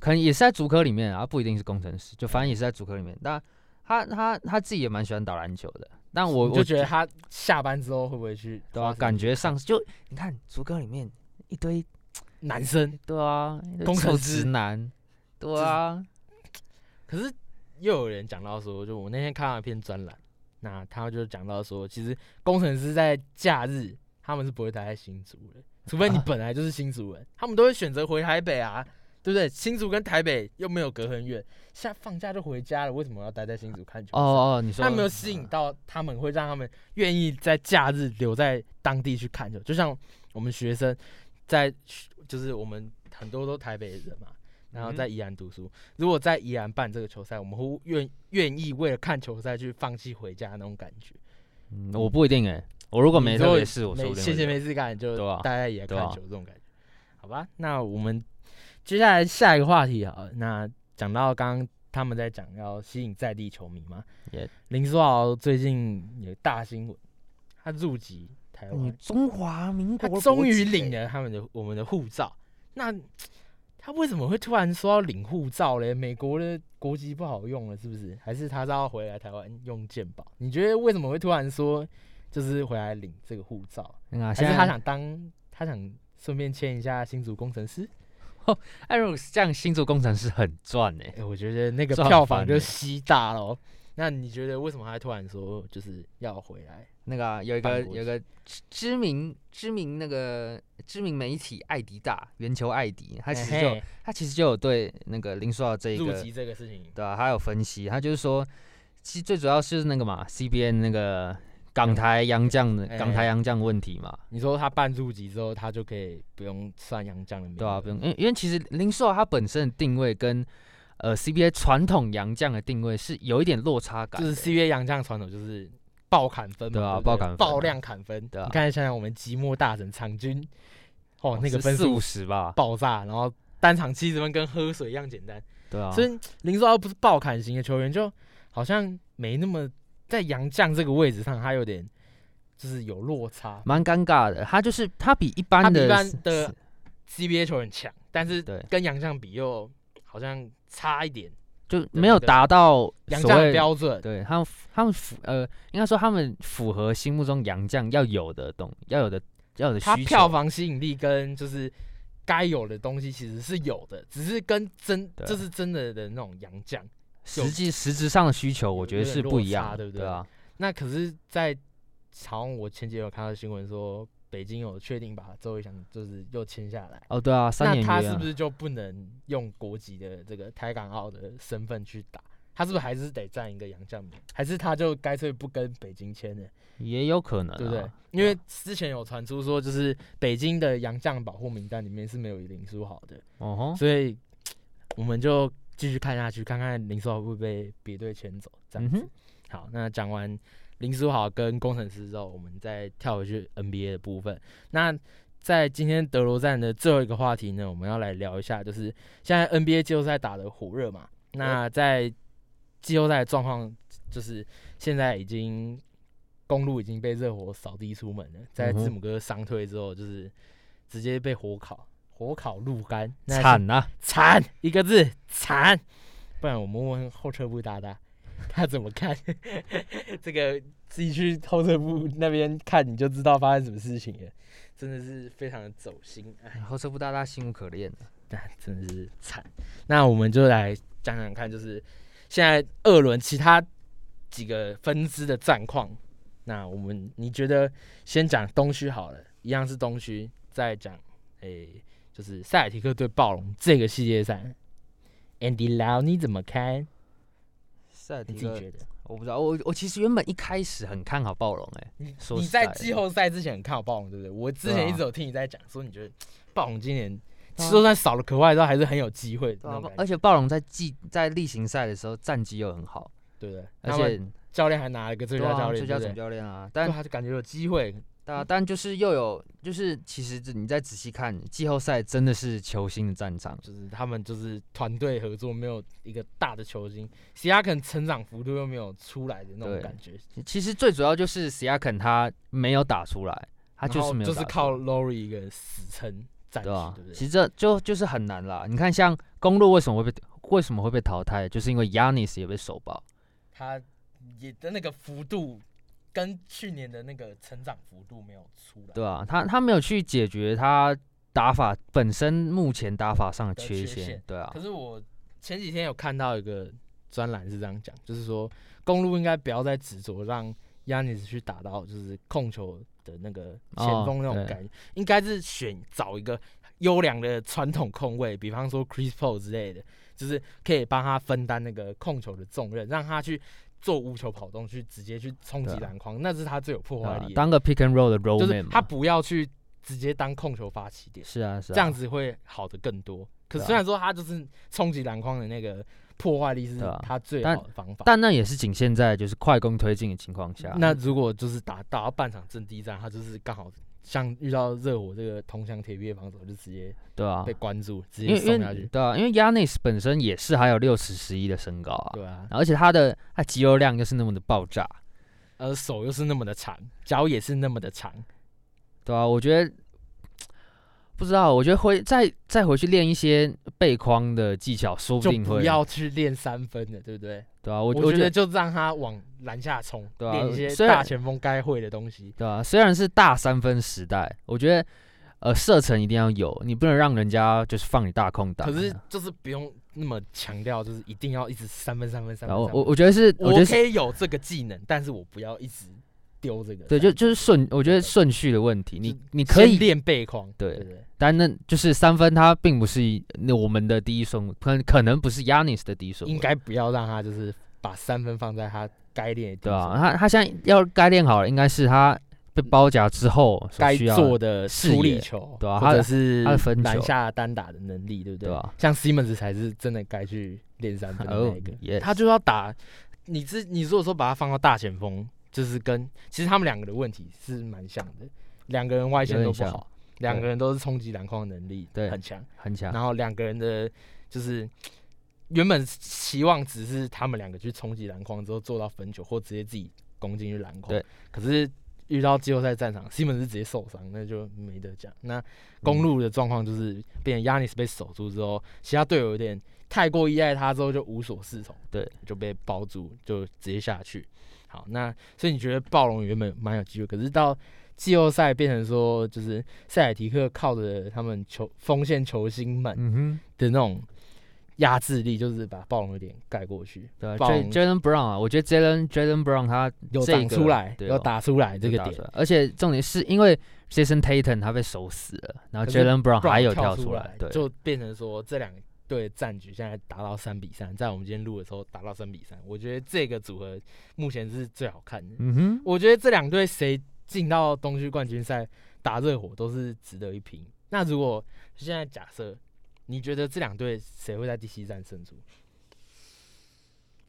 [SPEAKER 4] 可能也是在竹科里面啊，不一定是工程师，就反正也是在竹科里面。但他他他自己也蛮喜欢打篮球的，但我
[SPEAKER 3] 你
[SPEAKER 4] 我
[SPEAKER 3] 就觉得他下班之后会不会去
[SPEAKER 4] 对
[SPEAKER 3] 花
[SPEAKER 4] 啊，
[SPEAKER 3] 时间
[SPEAKER 4] 感
[SPEAKER 3] 去
[SPEAKER 4] 觉
[SPEAKER 3] 看
[SPEAKER 4] 上就你看竹科里面一堆
[SPEAKER 3] 男生，
[SPEAKER 4] 对啊，一堆
[SPEAKER 3] 工程
[SPEAKER 4] 臭
[SPEAKER 3] 师
[SPEAKER 4] 直男，对
[SPEAKER 3] 是
[SPEAKER 4] 啊，
[SPEAKER 3] 可是又有人讲到说，就我那天看到一篇专栏，那他就讲到说，其实工程师在假日他们是不会待在新竹的，除非你
[SPEAKER 4] 啊
[SPEAKER 3] 本来就是新竹人，他们都会选择回台北啊，对不对？新竹跟台北又没有隔很远，下放假就回家了，为什么要待在新竹看球？
[SPEAKER 4] 哦哦，你说
[SPEAKER 3] 他没有吸引到他们，会让他们愿意在假日留在当地去看球。就像我们学生在学，就是我们很多都台北人嘛，然后在宜兰读书。如果在宜兰办这个球赛，我们会愿愿意为了看球赛去放弃回家那种感觉。
[SPEAKER 4] 嗯我不一定哎、我如果没
[SPEAKER 3] 你
[SPEAKER 4] 特
[SPEAKER 3] 说
[SPEAKER 4] 别事，我说
[SPEAKER 3] 没
[SPEAKER 4] 不定
[SPEAKER 3] 谢
[SPEAKER 4] 会
[SPEAKER 3] 谢
[SPEAKER 4] 留
[SPEAKER 3] 没事干就
[SPEAKER 4] 对啊
[SPEAKER 3] 待在宜兰
[SPEAKER 4] 对
[SPEAKER 3] 看
[SPEAKER 4] 啊
[SPEAKER 3] 球这种感觉，好吧？那我们接下来下一个话题好了，那讲到刚刚他们在讲要吸引在地球迷嘛
[SPEAKER 4] Yeah
[SPEAKER 3] 林书豪最近有大新闻，他入籍台湾，
[SPEAKER 4] 你中华民
[SPEAKER 3] 他
[SPEAKER 4] 国国
[SPEAKER 3] 终于
[SPEAKER 4] 籍
[SPEAKER 3] 领
[SPEAKER 4] 欸
[SPEAKER 3] 了他们的我们的护照。那他为什么会突然说要领护照嘞？美国的国籍不好用了，是不是？还是他是要回来台湾用健保？你觉得为什么会突然说就是回来领这个护照？
[SPEAKER 4] 嗯啊，
[SPEAKER 3] 还
[SPEAKER 4] 现
[SPEAKER 3] 是
[SPEAKER 4] 在
[SPEAKER 3] 他想当他想顺便签一下新竹工程师？
[SPEAKER 4] 艾瑞斯哎这样星座工程师很赚哎、
[SPEAKER 3] 哎、我觉得那个
[SPEAKER 4] 这很
[SPEAKER 3] 票房
[SPEAKER 4] 烦
[SPEAKER 3] 就
[SPEAKER 4] 欸
[SPEAKER 3] 吸大了哦。那你觉得为什么他突然说就是要回来？
[SPEAKER 4] 那个啊、有一
[SPEAKER 3] 反
[SPEAKER 4] 个
[SPEAKER 3] 国
[SPEAKER 4] 有一个知知名知名那个知名媒体艾迪达圆球艾迪，他其实就有
[SPEAKER 3] 嘿
[SPEAKER 4] 他其实就有对那个林书豪这一
[SPEAKER 3] 哎嘿入
[SPEAKER 4] 个
[SPEAKER 3] 籍这个事情，
[SPEAKER 4] 对啊，他有分析，他就是说，其实最主要是那个嘛 CBN 那个港台洋将的
[SPEAKER 3] 哎
[SPEAKER 4] 港台洋将问题嘛，
[SPEAKER 3] 你说他办入籍之后，他就可以不用算杨绛的名额，
[SPEAKER 4] 对啊，不用，因为因为其实林书豪他本身的定位跟呃 CBA 传统洋将的定位是有一点落差感
[SPEAKER 3] 就
[SPEAKER 4] 的，
[SPEAKER 3] 是 CBA 杨绛传统就是爆砍分嘛，
[SPEAKER 4] 对啊
[SPEAKER 3] 不
[SPEAKER 4] 爆砍分啊
[SPEAKER 3] 爆量砍分。
[SPEAKER 4] 对啊
[SPEAKER 3] 你看想想我们即墨大神场均哦，那个分
[SPEAKER 4] 四
[SPEAKER 3] 数
[SPEAKER 4] 五十吧，
[SPEAKER 3] 爆炸，然后单场七十分跟喝水一样简单。
[SPEAKER 4] 对啊，
[SPEAKER 3] 所以林书豪不是爆砍型的球员，就好像没那么在杨将这个位置上，他有点就是有落差。
[SPEAKER 4] 蛮尴尬的。他就是他比一般
[SPEAKER 3] 他比
[SPEAKER 4] 的
[SPEAKER 3] 一般的 CBA 球员强，但是
[SPEAKER 4] 对
[SPEAKER 3] 跟杨将比又好像差一点，
[SPEAKER 4] 就没有达到
[SPEAKER 3] 杨
[SPEAKER 4] 所
[SPEAKER 3] 将的
[SPEAKER 4] 谓
[SPEAKER 3] 标准。
[SPEAKER 4] 对他们符，他们符呃，应该说他们符合心目中洋将要有的东，要有的要有的
[SPEAKER 3] 他
[SPEAKER 4] 需求。
[SPEAKER 3] 票房吸引力跟就是该有的东西其实是有的，只是跟真
[SPEAKER 4] 对
[SPEAKER 3] 就是真的的那种洋将。有
[SPEAKER 4] 实际实质上的需求，我
[SPEAKER 3] 有
[SPEAKER 4] 觉得
[SPEAKER 3] 有
[SPEAKER 4] 是
[SPEAKER 3] 点
[SPEAKER 4] 不
[SPEAKER 3] 落
[SPEAKER 4] 一样
[SPEAKER 3] 差
[SPEAKER 4] 的，
[SPEAKER 3] 对不对
[SPEAKER 4] 啊，
[SPEAKER 3] 那可是在，好像我前几天有看到新闻说，北京有确定把周瑜翔就是又签下来，
[SPEAKER 4] 哦对啊，三
[SPEAKER 3] 那
[SPEAKER 4] 年约、
[SPEAKER 3] 他是
[SPEAKER 4] 啊
[SPEAKER 3] 不，是就不能用国籍的这个台港澳的身份去打？他是不是还是得占一个洋将名？还是他就干脆不跟北京签呢？
[SPEAKER 4] 也有可嗯能、啊，
[SPEAKER 3] 对不对？因为之前有传出说，就是北京的洋将保护名单里面是没有林书豪的，
[SPEAKER 4] 哦吼，
[SPEAKER 3] 所以我们就继续看下去，看看林书豪会不会被别队牵走这样
[SPEAKER 4] 嗯
[SPEAKER 3] 子。
[SPEAKER 4] 哼，
[SPEAKER 3] 好，那讲完林书豪跟工程师之后，我们再跳回去 NBA 的部分。那在今天德罗赞的最后一个话题呢，我们要来聊一下，就是现在 NBA 季后赛打的火热嘛。那在季后赛的状况，就是现在已经公路已经被热火扫地出门了，在
[SPEAKER 4] 嗯哼
[SPEAKER 3] 字母哥伤退之后，就是直接被火烤，火烤入干，那是
[SPEAKER 4] 惨啊，
[SPEAKER 3] 惨一个字惨。不然我们问问后撤步大大，他怎么看 这个？自己去后撤步那边看，你就知道发生什么事情了。真的是非常的走心，哎，
[SPEAKER 4] 后车部大大心无可恋啊
[SPEAKER 3] 那真的是惨。那我们就来讲讲看，就是现在二轮其他几个分支的战况。那我们你觉得先讲东区好了，一样是东区，再讲诶、就是塞尔提克对暴龙这个系列赛。Andy Lau 你怎么看？
[SPEAKER 4] 塞尔
[SPEAKER 3] 你
[SPEAKER 4] 提
[SPEAKER 3] 自己
[SPEAKER 4] 克，
[SPEAKER 3] 觉得？
[SPEAKER 4] 我不知道，我我其实原本一开始很看好暴龙、欸，哎，说
[SPEAKER 3] 你
[SPEAKER 4] 实
[SPEAKER 3] 在
[SPEAKER 4] 在
[SPEAKER 3] 季
[SPEAKER 4] 的
[SPEAKER 3] 后赛之前很看好暴龙，对不对？我之
[SPEAKER 4] 对
[SPEAKER 3] 前
[SPEAKER 4] 啊
[SPEAKER 3] 一直有听你在讲，说你觉得暴龙今年
[SPEAKER 4] 对啊
[SPEAKER 3] 就算少了可外，都还是很有机会的
[SPEAKER 4] 对
[SPEAKER 3] 那
[SPEAKER 4] 啊
[SPEAKER 3] 种感觉，
[SPEAKER 4] 而且暴龙在季在例行赛的时候战绩又很好，
[SPEAKER 3] 对不对？
[SPEAKER 4] 而
[SPEAKER 3] 他们
[SPEAKER 4] 且
[SPEAKER 3] 教练还拿了一个最
[SPEAKER 4] 对
[SPEAKER 3] 佳
[SPEAKER 4] 啊
[SPEAKER 3] 教练，
[SPEAKER 4] 最佳
[SPEAKER 3] 对不对
[SPEAKER 4] 总教练啊，但
[SPEAKER 3] 但他就感觉有机会，
[SPEAKER 4] 对啊，但就是又有，就是其实这你再仔细看，季后赛真的是球星的战场。
[SPEAKER 3] 就是他们就是团队合作，没有一个大的球星，其他可能成长幅度又没有出来的那种
[SPEAKER 4] 对
[SPEAKER 3] 感觉，
[SPEAKER 4] 其实最主要就是 s i a k 他没有打出来，他就
[SPEAKER 3] 然后
[SPEAKER 4] 是没有
[SPEAKER 3] 就
[SPEAKER 4] 打
[SPEAKER 3] 是
[SPEAKER 4] 出来
[SPEAKER 3] 靠 Lori 一个死撑战
[SPEAKER 4] 对啊
[SPEAKER 3] 绩，对不
[SPEAKER 4] 其实
[SPEAKER 3] 对？
[SPEAKER 4] 这就就是很难啦。你看，像公路为什么会被为什么会被淘汰，就是因为 Yanis 也被首爆。
[SPEAKER 3] 他也的那个幅度跟去年的那个成长幅度没有出来，
[SPEAKER 4] 对啊，他他没有去解决他打法本身目前打法上的
[SPEAKER 3] 的
[SPEAKER 4] 缺
[SPEAKER 3] 缺陷
[SPEAKER 4] 对啊
[SPEAKER 3] 可，是我前几天有看到一个专栏是这样讲，就是说公路应该不要再执着让亚尼斯去打到就是控球的那个前锋那种
[SPEAKER 4] 哦对
[SPEAKER 3] 感觉，应该是选找一个优良的传统控卫，比方说 Chris Paul 之类的，就是可以帮他分担那个控球的重任，让他去做无球跑动，去直接去冲击
[SPEAKER 4] 对啊
[SPEAKER 3] 篮筐，那是他最有破
[SPEAKER 4] 对
[SPEAKER 3] 坏
[SPEAKER 4] 啊
[SPEAKER 3] 力的，
[SPEAKER 4] 当个 pick and roll 的 roll
[SPEAKER 3] 就
[SPEAKER 4] man
[SPEAKER 3] 是
[SPEAKER 4] 嘛。
[SPEAKER 3] 他不要去直接当控球发起点。
[SPEAKER 4] 是啊是啊，
[SPEAKER 3] 这样子会好的更多。可
[SPEAKER 4] 对啊
[SPEAKER 3] 虽然说他就是冲击篮筐的那个破坏力是
[SPEAKER 4] 对啊
[SPEAKER 3] 他最
[SPEAKER 4] 但
[SPEAKER 3] 好的方法，
[SPEAKER 4] 但啊那也是仅限在就是快攻推进的情况下。
[SPEAKER 3] 那如果就是打打到半场阵地战，他就是刚好像遇到热火这个铜墙铁壁的防守，就直接
[SPEAKER 4] 对啊
[SPEAKER 3] 被，关注，直
[SPEAKER 4] 因
[SPEAKER 3] 接
[SPEAKER 4] 为因
[SPEAKER 3] 送下
[SPEAKER 4] 为
[SPEAKER 3] 去。
[SPEAKER 4] 对啊，因为 Yanis 本身也是还有六尺十一的身高啊，
[SPEAKER 3] 对啊，
[SPEAKER 4] 而且他的他肌肉量又是那么的爆炸，
[SPEAKER 3] 而手又是那么的长，脚也是那么的长，
[SPEAKER 4] 对啊，我觉得不知道，我觉得回再再回去练一些背框的技巧，说不
[SPEAKER 3] 就
[SPEAKER 4] 定
[SPEAKER 3] 不
[SPEAKER 4] 会
[SPEAKER 3] 要去练三分了，对不对？
[SPEAKER 4] 对啊，我
[SPEAKER 3] 我
[SPEAKER 4] 我
[SPEAKER 3] 觉得就让他往篮下冲，
[SPEAKER 4] 对啊
[SPEAKER 3] 练一些
[SPEAKER 4] 虽然
[SPEAKER 3] 大前锋该会的东西。
[SPEAKER 4] 对啊，虽然是大三分时代，我觉得呃射程一定要有，你不能让人家就是放你大空档啊。
[SPEAKER 3] 可是就是不用那么强调，就是一定要一直三分三分三
[SPEAKER 4] 然
[SPEAKER 3] 分。
[SPEAKER 4] 后
[SPEAKER 3] 三分
[SPEAKER 4] 我我觉得是，我觉
[SPEAKER 3] 我
[SPEAKER 4] 得是
[SPEAKER 3] 可以有这个技能，但是我不要一直丢这个。
[SPEAKER 4] 对，就就是顺，我觉得顺序的问题，你你可
[SPEAKER 3] 先
[SPEAKER 4] 以
[SPEAKER 3] 练背框，
[SPEAKER 4] 对
[SPEAKER 3] 对不对，
[SPEAKER 4] 但那就是三分，它并不是一那我们的第一顺位，可能可能不是 Yanis 的第一顺位，
[SPEAKER 3] 应该不要让他就是把三分放在他该练的地
[SPEAKER 4] 对啊，
[SPEAKER 3] 方，
[SPEAKER 4] 他他现在要该练好了，应该是他被包夹之后所
[SPEAKER 3] 该
[SPEAKER 4] 需要
[SPEAKER 3] 做的
[SPEAKER 4] 视野
[SPEAKER 3] 出力球，
[SPEAKER 4] 对啊
[SPEAKER 3] 或
[SPEAKER 4] 他
[SPEAKER 3] 者
[SPEAKER 4] 的
[SPEAKER 3] 是
[SPEAKER 4] 他的分球
[SPEAKER 3] 篮下单打的能力，对不
[SPEAKER 4] 对啊
[SPEAKER 3] 像 Simmons 才是真的该去练三分的
[SPEAKER 4] 哦
[SPEAKER 3] 那一个，
[SPEAKER 4] 也
[SPEAKER 3] 他就要打。你这你如果说把他放到大前锋，就是跟其实他们两个的问题是蛮像的，两个人外线
[SPEAKER 4] 有
[SPEAKER 3] 都
[SPEAKER 4] 点像
[SPEAKER 3] 不好，两个人都是冲击篮筐能力
[SPEAKER 4] 对
[SPEAKER 3] 很强，
[SPEAKER 4] 很强。
[SPEAKER 3] 然后两个人的就是原本期望只是他们两个去冲击篮筐之后做到分球，或直接自己攻进去篮筐。
[SPEAKER 4] 对，
[SPEAKER 3] 可是遇到季后赛战场，西蒙是直接受伤，那就没得讲。那公路的状况就是，变成亚尼斯被守住之后，其他队友有点太过依赖他之后就无所适从，
[SPEAKER 4] 对，
[SPEAKER 3] 就被包住，就直接下去。好，那所以你觉得暴龙原本蛮有机会，可是到季后赛变成说，就是塞尔提克靠着他们球锋线球星们
[SPEAKER 4] 嗯哼，
[SPEAKER 3] 的那种压制力，就是把暴龙有点盖过去，
[SPEAKER 4] 对啊
[SPEAKER 3] 暴
[SPEAKER 4] ，J
[SPEAKER 3] 龙
[SPEAKER 4] Jalen Brown 啊，我觉得 Jalen Jalen Brown 他
[SPEAKER 3] 有
[SPEAKER 4] 这
[SPEAKER 3] 打
[SPEAKER 4] 个
[SPEAKER 3] 出来，
[SPEAKER 4] 对
[SPEAKER 3] 有
[SPEAKER 4] 哦
[SPEAKER 3] 打出来这
[SPEAKER 4] 就
[SPEAKER 3] 个
[SPEAKER 4] 打
[SPEAKER 3] 点
[SPEAKER 4] 出，来，而且重点是因为 Jason Tatum 他被守死了，然后
[SPEAKER 3] 可是
[SPEAKER 4] Jalen Brown 啊还有
[SPEAKER 3] 跳
[SPEAKER 4] 跳
[SPEAKER 3] 出
[SPEAKER 4] 来，对，
[SPEAKER 3] 就变成说这两队战局现在达到三比三，在我们今天录的时候达到三比三，我觉得这个组合目前是最好看的。
[SPEAKER 4] 嗯哼，
[SPEAKER 3] 我觉得这两队谁进到东区冠军赛打热火都是值得一拼。那如果现在假设，你觉得这两队谁会在第七战胜出？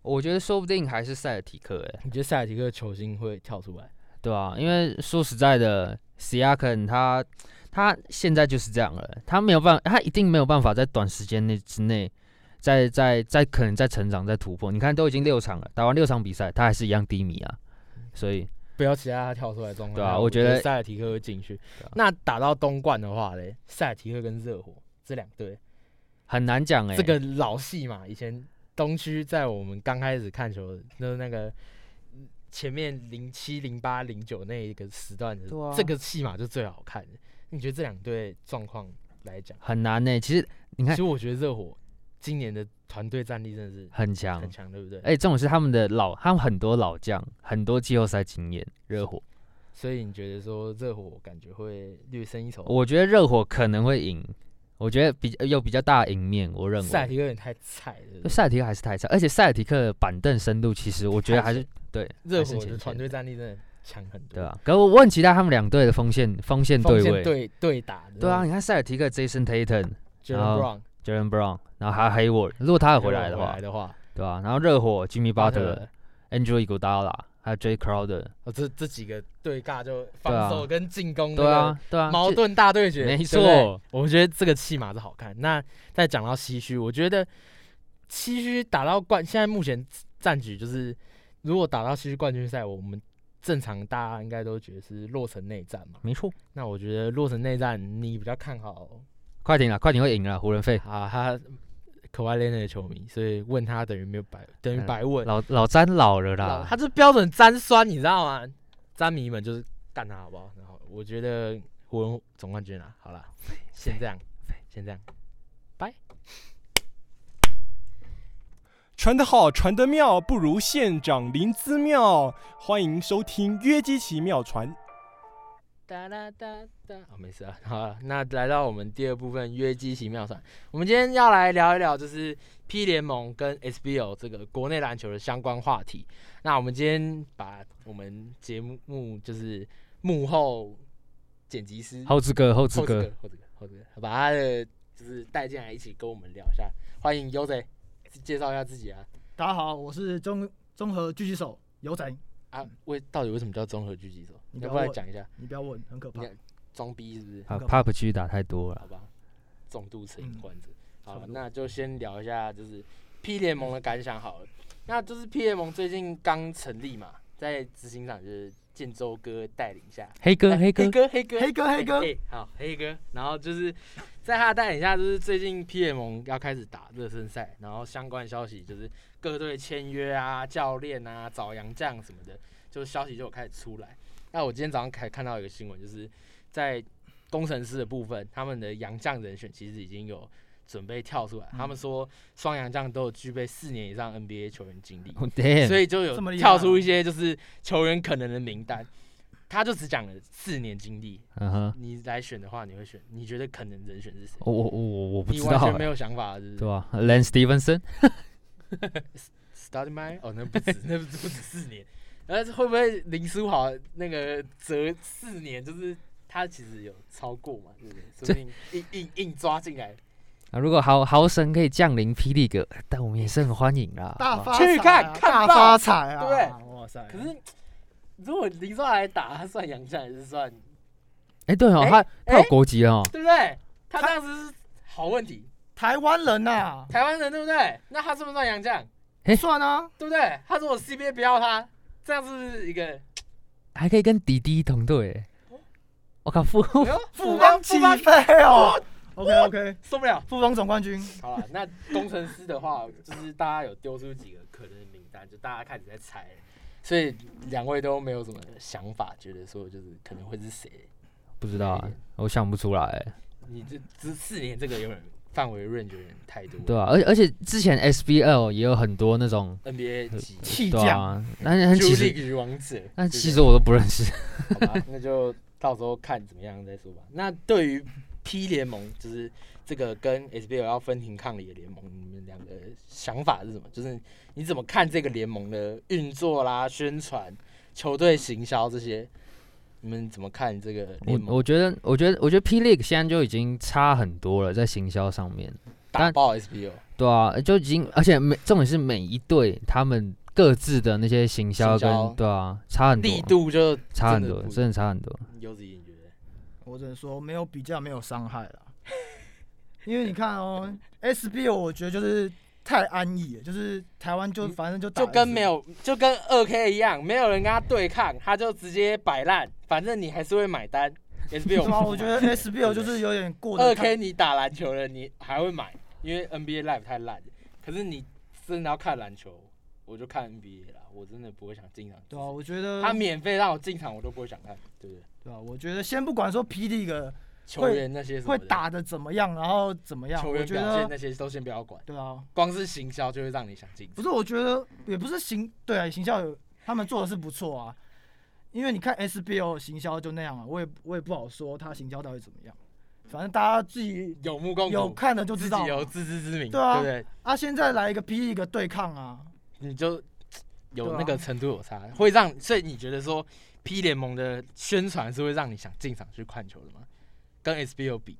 [SPEAKER 4] 我觉得说不定还是塞尔提克哎，
[SPEAKER 3] 你觉得塞尔提克球星会跳出来？
[SPEAKER 4] 对啊，因为说实在的 s i a k a n 他他现在就是这样了，他没有办他一定没有办法在短时间内之内。在在在可能在成长，在突破。你看，都已经六场了，打完六场比赛，他还是一样低迷啊。所以
[SPEAKER 3] 不要期待他跳出来状况。
[SPEAKER 4] 对啊
[SPEAKER 3] 那
[SPEAKER 4] 我
[SPEAKER 3] 我
[SPEAKER 4] 觉得
[SPEAKER 3] 塞尔提克会进去
[SPEAKER 4] 对啊。
[SPEAKER 3] 那打到东冠的话嘞，塞尔提克跟热火这两队，
[SPEAKER 4] 很难讲哎、
[SPEAKER 3] 这个老戏嘛，以前东区在我们刚开始看球的那那个嗯前面零七、零八、零九那一个时段的，
[SPEAKER 4] 对啊
[SPEAKER 3] 这个戏码就最好看的。你觉得这两队状况来讲，
[SPEAKER 4] 很难呢、其实你
[SPEAKER 3] 其
[SPEAKER 4] 看
[SPEAKER 3] 实我觉得热火今年的团队战力真的是
[SPEAKER 4] 很强
[SPEAKER 3] 很，强，对不对？
[SPEAKER 4] 哎、这种是他们的老，他们很多老将，很多季后赛经验。热火，
[SPEAKER 3] 所以你觉得说热火感觉会略胜一筹？
[SPEAKER 4] 我觉得热火可能会赢，我觉得比有比较大的赢面，我认为。
[SPEAKER 3] 塞尔提克有点太菜了对不对，
[SPEAKER 4] 塞尔提克还是太差，而且塞尔提克的板凳深度其实我觉得还是对还
[SPEAKER 3] 热
[SPEAKER 4] 是
[SPEAKER 3] 火
[SPEAKER 4] 浅
[SPEAKER 3] 的
[SPEAKER 4] 显
[SPEAKER 3] 团队战力真的强很多，
[SPEAKER 4] 对吧？可我我很期待他们两队的锋线锋线
[SPEAKER 3] 锋
[SPEAKER 4] 对
[SPEAKER 3] 线
[SPEAKER 4] 位，
[SPEAKER 3] 对嗯对打的，
[SPEAKER 4] 对啊，，你看塞尔提克 Jason Tatum、
[SPEAKER 3] j a
[SPEAKER 4] 然后
[SPEAKER 3] l Brown
[SPEAKER 4] Jalen Brown，然后还有 Hayward，如果他有回来的话，
[SPEAKER 3] 的话，
[SPEAKER 4] 对吧、然后热火 Jimmy
[SPEAKER 3] 巴特勒
[SPEAKER 4] Butler、Andrew Iguodala 还有 J Crowder，
[SPEAKER 3] 哦，这这几个对尬就
[SPEAKER 4] 对
[SPEAKER 3] 防
[SPEAKER 4] 啊
[SPEAKER 3] 守跟进攻
[SPEAKER 4] 对
[SPEAKER 3] 的
[SPEAKER 4] 啊对啊，
[SPEAKER 3] 矛
[SPEAKER 4] 就
[SPEAKER 3] 盾大对决，
[SPEAKER 4] 没
[SPEAKER 3] 对不对
[SPEAKER 4] 错。
[SPEAKER 3] 我觉得这个戏码是好看。那再讲到西区，我觉得西区打到冠，现在目前战局就是，如果打到西区冠军赛，我们正常大家应该都觉得是洛城内战嘛。
[SPEAKER 4] 没错。
[SPEAKER 3] 那我觉得洛城内战，你比较看好
[SPEAKER 4] 快艇啊，快艇会赢了，湖人费。
[SPEAKER 3] 啊，他可外 l e 的球迷，所以问他等于没有白，等于
[SPEAKER 4] 嗯
[SPEAKER 3] 白问。
[SPEAKER 4] 老老詹老了
[SPEAKER 3] 老
[SPEAKER 4] 啦，
[SPEAKER 3] 他这标准沾酸，你知道吗？詹迷们就是干他好不好？然后我觉得湖人总冠军啊，好了，先这样，先这样。
[SPEAKER 2] 传得好，传得妙，不如县长林姿妙。欢迎收听《约基奇妙传》。
[SPEAKER 3] 哒啦哒哒，哦，没事啊。好了，那来到我们第二部分约基奇妙算，我们今天要来聊一聊就是 P 联盟跟 SBL 这个国内篮球的相关话题。那我们今天把我们节目就是幕后剪辑师
[SPEAKER 4] 后资格，后
[SPEAKER 3] 后
[SPEAKER 4] 资格，
[SPEAKER 3] 后这个后这个，把他的就是带进来一起跟我们聊一下。欢迎 U Z，介绍一下自己啊
[SPEAKER 5] 大家好，我是综综合狙击手牛仔，
[SPEAKER 3] 啊，为到底为什么叫综合狙击手？
[SPEAKER 5] 你
[SPEAKER 3] 要
[SPEAKER 5] 不
[SPEAKER 3] 不
[SPEAKER 5] 要
[SPEAKER 3] 要
[SPEAKER 5] 问
[SPEAKER 3] 讲一下？
[SPEAKER 5] 你不要问，很可怕
[SPEAKER 3] 你。看装逼是不是？
[SPEAKER 4] 啊，Pop 区打太多了。
[SPEAKER 3] 好吧，重度成瘾患者。好
[SPEAKER 5] 嗯差
[SPEAKER 3] 了，
[SPEAKER 5] 不多
[SPEAKER 3] 那就先聊一下就是 P 联盟的感想好了。那就是 P 联盟最近刚成立嘛，在执行长就是建州哥带领下，
[SPEAKER 4] 黑哥，
[SPEAKER 3] 哎
[SPEAKER 4] 黑哥
[SPEAKER 3] 黑，哥，黑哥，
[SPEAKER 5] 黑哥，黑哥
[SPEAKER 3] 哎，好，黑哥。然后就是在他的带领下，就是最近 P M 要开始打热身赛，然后相关消息就是各队签约啊、教练啊、找洋将什么的，就消息就有开始出来。那我今天早上看看到一个新闻，就是在工程师的部分，他们的洋将人选其实已经有准备跳出来，他
[SPEAKER 4] 嗯
[SPEAKER 3] 们说双洋将都有具备四年以上 N B A 球员经历。
[SPEAKER 4] 哦 damn，
[SPEAKER 3] 哎所以就有
[SPEAKER 5] 这么厉害啊
[SPEAKER 3] 跳出一些就是球员可能的名单，他就只讲了四年经历，
[SPEAKER 4] 嗯哼，
[SPEAKER 3] 你来选的话，你会选？你觉得可能人选是谁？
[SPEAKER 4] 我我我我不
[SPEAKER 3] 你
[SPEAKER 4] 知
[SPEAKER 3] 完
[SPEAKER 4] 道
[SPEAKER 3] 全没
[SPEAKER 4] 欸，
[SPEAKER 3] 有想法，是不是
[SPEAKER 4] 对吧？Len Stevenson，
[SPEAKER 3] s t u d y m y 哦，那不止，那不止不止四年。但是会不会林书豪那个折四年，就是他其实有超过嘛，对不对？说不定硬硬硬抓进来，
[SPEAKER 4] 啊，如果豪豪神可以降临霹雳哥，但我们也是很欢迎啦。
[SPEAKER 5] 大
[SPEAKER 4] 好吧
[SPEAKER 5] 发财啊
[SPEAKER 3] 去看看
[SPEAKER 5] 大
[SPEAKER 3] 报
[SPEAKER 5] 发财啊！
[SPEAKER 3] 对，
[SPEAKER 4] 嗯
[SPEAKER 5] 哇塞！
[SPEAKER 3] 可是如果林书豪来打，他算洋将还是算
[SPEAKER 4] 哎，对哦，
[SPEAKER 3] 哎
[SPEAKER 4] 他他有
[SPEAKER 3] 哎
[SPEAKER 4] 国籍了哦，
[SPEAKER 3] 对不对？他
[SPEAKER 5] 他
[SPEAKER 3] 当时是好问题，
[SPEAKER 5] 台湾人呐，
[SPEAKER 3] 台湾人对不对？那他算不算洋将？
[SPEAKER 4] 哎
[SPEAKER 5] 算啊，
[SPEAKER 3] 对不对？他说我 CBA 不要他，这样是不是 一个哎
[SPEAKER 4] 还可以跟迪迪同队哎。我靠，富
[SPEAKER 3] 哎呦
[SPEAKER 5] 富
[SPEAKER 3] 邦
[SPEAKER 5] 邦
[SPEAKER 3] 富
[SPEAKER 5] 起
[SPEAKER 3] 邦
[SPEAKER 5] 飞哦。OK OK，
[SPEAKER 3] 受不了。
[SPEAKER 5] 富邦总冠军，
[SPEAKER 3] 好了，那工程师的话，就是大家有丢出几个可能的名单，就大家开始在猜了，所以两位都没有什么想法，觉得说就是可能会是谁？
[SPEAKER 4] 不知道啊，我想不出来哎。
[SPEAKER 3] 你这这四年这个有点范围论就有点太多了，
[SPEAKER 4] 对啊，而且而且之前 SBL 也有很多那种
[SPEAKER 3] NBA 级
[SPEAKER 5] 气
[SPEAKER 4] 对
[SPEAKER 5] 将，
[SPEAKER 4] 啊，但但其实
[SPEAKER 3] 与王者，
[SPEAKER 4] 但
[SPEAKER 3] 对不
[SPEAKER 4] 其
[SPEAKER 3] 对
[SPEAKER 4] 实我都不认识。
[SPEAKER 3] 好吧，那就到时候看怎么样再说吧。那对于 P 联盟，就是这个跟 SBL 要分庭抗礼的联盟，你们两个想法是什么？就是你怎么看这个联盟的运作啦、宣传、球队行销这些？你们怎么看这个
[SPEAKER 4] 我
[SPEAKER 3] 联盟
[SPEAKER 4] 我觉得我觉得我觉得 P League 现在就已经差很多了，在行销上面。
[SPEAKER 3] 打
[SPEAKER 4] 但
[SPEAKER 3] 爆 SBL？
[SPEAKER 4] 对啊，就已经，而且每重点是每一队他们各自的那些行销
[SPEAKER 3] 行销
[SPEAKER 4] 跟对啊差很多，
[SPEAKER 3] 力度就
[SPEAKER 4] 差很
[SPEAKER 3] 真的
[SPEAKER 4] 多，
[SPEAKER 3] 不
[SPEAKER 4] 真的差很多。
[SPEAKER 3] 柚子你觉得？
[SPEAKER 5] 我只能说没有比较没有伤害啦。 因为你看哦，SBO 我觉得就是太安逸了，就是台湾就
[SPEAKER 3] 嗯
[SPEAKER 5] 反正就打
[SPEAKER 3] 就跟
[SPEAKER 5] 得
[SPEAKER 3] 没有就跟二 K 一样，没有人跟他对抗，他就直接摆烂，反正你还是会买 单。SBL
[SPEAKER 5] 是吗？啊我觉 得
[SPEAKER 3] 对不
[SPEAKER 5] SBO
[SPEAKER 3] 对
[SPEAKER 5] 就是有点过
[SPEAKER 3] 二
[SPEAKER 5] 得
[SPEAKER 3] K
[SPEAKER 5] 太
[SPEAKER 3] 你打篮球了，你还会买，因为 NBA Live 太烂了。可是你真的要看篮球，我就看 NBA 啦，我真的不会想进场。
[SPEAKER 5] 对啊，我觉得
[SPEAKER 3] 他免费让我进场，我都不会想看，对不对？
[SPEAKER 5] 对啊，我觉得先不管说 P D 个
[SPEAKER 3] 球员那些什么
[SPEAKER 5] 会
[SPEAKER 3] 的，
[SPEAKER 5] 打的怎么样，然后怎么样，
[SPEAKER 3] 球
[SPEAKER 5] 我
[SPEAKER 3] 员
[SPEAKER 5] 觉
[SPEAKER 3] 表现
[SPEAKER 5] 得
[SPEAKER 3] 那些都先不要管，
[SPEAKER 5] 对啊，
[SPEAKER 3] 光是行销就会让你想进场。
[SPEAKER 5] 不是，我觉得也不是行，对啊，行销有他们做的是不错啊，因为你看 SBO 行销就那样啊，我也我也不好说他行销到底怎么样，反正大家自己
[SPEAKER 3] 有目共
[SPEAKER 5] 有
[SPEAKER 3] 睹，
[SPEAKER 5] 看的就知
[SPEAKER 3] 自
[SPEAKER 5] 道
[SPEAKER 3] 己
[SPEAKER 5] 嘛
[SPEAKER 3] 有自知之明，
[SPEAKER 5] 对啊
[SPEAKER 3] 不对？
[SPEAKER 5] 啊，现在来一个 P 一个对抗啊，
[SPEAKER 3] 你就有
[SPEAKER 5] 对啊
[SPEAKER 3] 那个程度有差，会让所以你觉得说 P 联盟的宣传是会让你想进场去看球的吗？跟 SBO 比？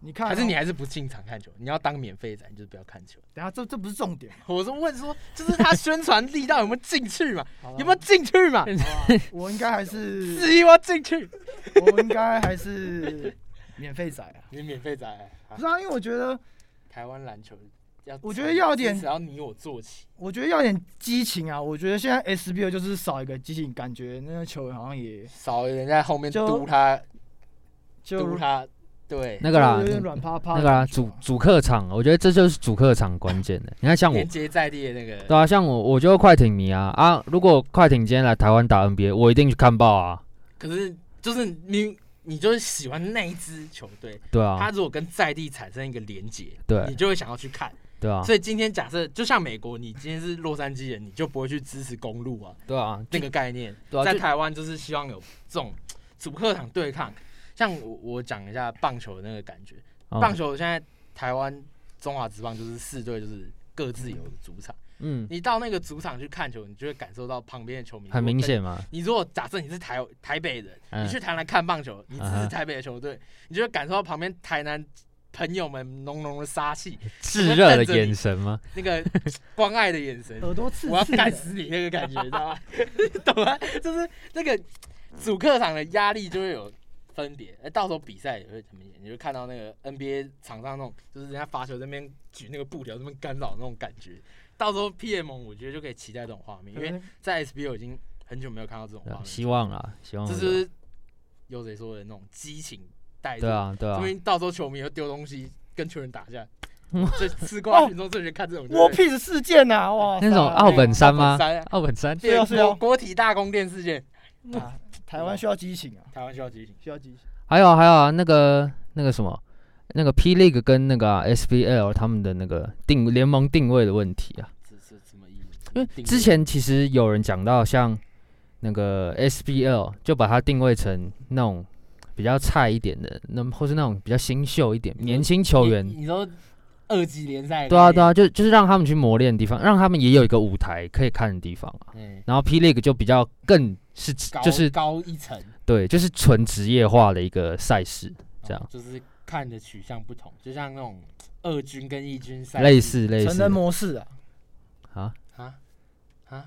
[SPEAKER 5] 你 看、啊
[SPEAKER 3] 还是你，还是啊不进场看球？你要当免费仔，你就是不要看球。
[SPEAKER 5] 等下这这不是重点， 啊
[SPEAKER 3] 我是问说，就是他宣传力道有没有进去嘛？有没有
[SPEAKER 5] 有？
[SPEAKER 3] 进去嘛？
[SPEAKER 5] 我应该还 是，
[SPEAKER 3] 是因为进去，
[SPEAKER 5] 我应该还是免费仔啊，
[SPEAKER 3] 你免费仔、啊
[SPEAKER 5] 不是啊，因为我觉得，
[SPEAKER 3] 台湾篮球要，
[SPEAKER 5] 我觉得要点
[SPEAKER 3] 只要你我做起，
[SPEAKER 5] 我觉得要点激情啊，我觉得现在 SBO 就是少一个激情，感觉那个球员好像也
[SPEAKER 3] 少人在后面
[SPEAKER 5] 就
[SPEAKER 3] 督他，督
[SPEAKER 5] 就
[SPEAKER 3] 他，对，
[SPEAKER 4] 那个啦
[SPEAKER 5] 就有，点软趴趴
[SPEAKER 4] 那
[SPEAKER 5] 的
[SPEAKER 4] 个啦，
[SPEAKER 5] 感觉
[SPEAKER 4] 主
[SPEAKER 5] 啊，
[SPEAKER 4] 主客场，我觉得这就是主客场关键的。你看像我
[SPEAKER 3] 连，接在地的那个，
[SPEAKER 4] 对啊，像我我就快艇迷啊啊！如果快艇今天来台湾打 NBA，我一定去看爆啊，
[SPEAKER 3] 可是就是你。你就是喜欢那一支球队，
[SPEAKER 4] 对
[SPEAKER 3] 他
[SPEAKER 4] 啊，
[SPEAKER 3] 如果跟在地产生一个连接，你
[SPEAKER 4] 对
[SPEAKER 3] 就会想要去看。
[SPEAKER 4] 对啊，
[SPEAKER 3] 所以今天假设就像美国，你今天是洛杉矶人，你就不会去支持公路啊，
[SPEAKER 4] 对啊，
[SPEAKER 3] 那个概念。
[SPEAKER 4] 对啊，
[SPEAKER 3] 在
[SPEAKER 4] 就
[SPEAKER 3] 台湾就是希望有这种主客场对抗。像我我讲一下棒球的那个感觉，棒
[SPEAKER 4] 嗯
[SPEAKER 3] 球现在台湾中华职棒就是四队就是各自有主场，
[SPEAKER 4] 嗯，
[SPEAKER 3] 你到那个主场去看球，你就会感受到旁边的球迷
[SPEAKER 4] 很明。显嘛，
[SPEAKER 3] 你如果假设你是台台北人，
[SPEAKER 4] 嗯
[SPEAKER 3] 你去台南看棒球，你支
[SPEAKER 4] 嗯
[SPEAKER 3] 持
[SPEAKER 4] 哼
[SPEAKER 3] 台北的球队，你就会感受到旁边台南朋友们浓浓的杀气，
[SPEAKER 4] 炙热的眼神吗？
[SPEAKER 3] 那个关爱的眼神，
[SPEAKER 5] 耳朵刺刺
[SPEAKER 3] 我要
[SPEAKER 5] 的
[SPEAKER 3] 干死你那个感觉，你知道吗？ 懂吗？就是那个主客场的压力就会有分别，哎，到时候比赛也会很明显，你就看到那个 NBA 场上那种，就是人家罚球这边举那个布条这边干扰那种感觉。到时候 PM 我觉得就可以期待这种画面，因为在 SBO 已经很久没有看到这种
[SPEAKER 4] 对啊
[SPEAKER 3] 画
[SPEAKER 4] 嗯
[SPEAKER 3] 面，
[SPEAKER 4] 希望啦，希望
[SPEAKER 3] 这
[SPEAKER 4] 会
[SPEAKER 3] 就
[SPEAKER 4] 有
[SPEAKER 3] 是有谁说的那种激情带入，
[SPEAKER 4] 对啊对啊
[SPEAKER 3] 说，明到时候球迷会丢东西跟球员打 架
[SPEAKER 4] 嗯，
[SPEAKER 3] 这吃瓜群众最喜欢看这种，
[SPEAKER 5] 我屁的事件呐、哇塞，
[SPEAKER 4] 那种奥本山吗
[SPEAKER 3] 奥本山啊？
[SPEAKER 4] 奥本山，
[SPEAKER 5] 是啊是啊
[SPEAKER 3] 国国体大宫殿事件，
[SPEAKER 5] 啊台湾需要激情啊，
[SPEAKER 3] 台湾需要提醒。
[SPEAKER 5] 需要激情。
[SPEAKER 4] 还有啊还有啊，那个那个什么，那个 P League 跟那个啊 SBL 他们的那个定联盟定位的问题啊，
[SPEAKER 3] 这是什么意思？
[SPEAKER 4] 因为之前其实有人讲到像那个 SBL 就把它定位成那种比较菜一点的，那么或是那种比较新秀一点
[SPEAKER 5] 嗯
[SPEAKER 3] 你
[SPEAKER 4] 年轻球
[SPEAKER 3] 你
[SPEAKER 4] 员，
[SPEAKER 3] 你说二级联赛，
[SPEAKER 4] 对啊对，啊，就就是让他们去磨练的地方，让他们也有一个舞台可以看的地方啊。
[SPEAKER 3] 嗯，
[SPEAKER 4] 然后 P League 就比较更是
[SPEAKER 3] 高
[SPEAKER 4] 就是
[SPEAKER 3] 高一层，
[SPEAKER 4] 对就是纯职业化的一个赛事，这样
[SPEAKER 3] 哦就是看的取向不同，就像那种二军跟一军赛
[SPEAKER 4] 类似类
[SPEAKER 5] 成人
[SPEAKER 4] 似
[SPEAKER 5] 模式啊，
[SPEAKER 4] 啊，
[SPEAKER 3] 啊啊，，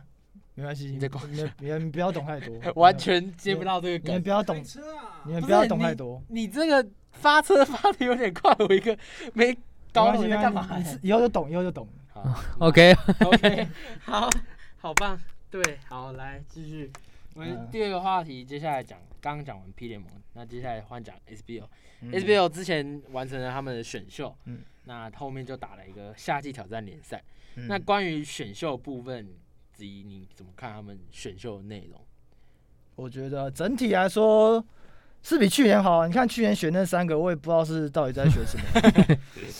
[SPEAKER 5] 没关系，你
[SPEAKER 4] 你在搞
[SPEAKER 5] 们你们不要懂太多
[SPEAKER 3] 完全接不到这个
[SPEAKER 5] 你们
[SPEAKER 4] 嗯
[SPEAKER 3] 梗。
[SPEAKER 5] 不要懂，你们
[SPEAKER 3] 不
[SPEAKER 5] 不要
[SPEAKER 3] 是
[SPEAKER 5] 懂
[SPEAKER 3] 你
[SPEAKER 5] 太多。
[SPEAKER 3] 你这个发车发的有点快，我一个没搞懂你在干嘛、
[SPEAKER 5] 你是以后就懂，以后就懂。
[SPEAKER 3] 好
[SPEAKER 4] OK，
[SPEAKER 3] OK，好，好棒，对，好，来继续。我们
[SPEAKER 5] 嗯
[SPEAKER 3] 第二个话题，接下来讲，刚刚讲完 P 联盟，那接下来换讲 SBL。
[SPEAKER 5] 嗯
[SPEAKER 3] SBL 之前完成了他们的选秀，
[SPEAKER 5] 嗯
[SPEAKER 3] 那后面就打了一个夏季挑战联赛。
[SPEAKER 5] 嗯
[SPEAKER 3] 那关于选秀部分，子怡你怎么看他们选秀的内容？
[SPEAKER 5] 我觉得整体来说是比去年好啊。你看去年选那三个，我也不知道是到底在选什么。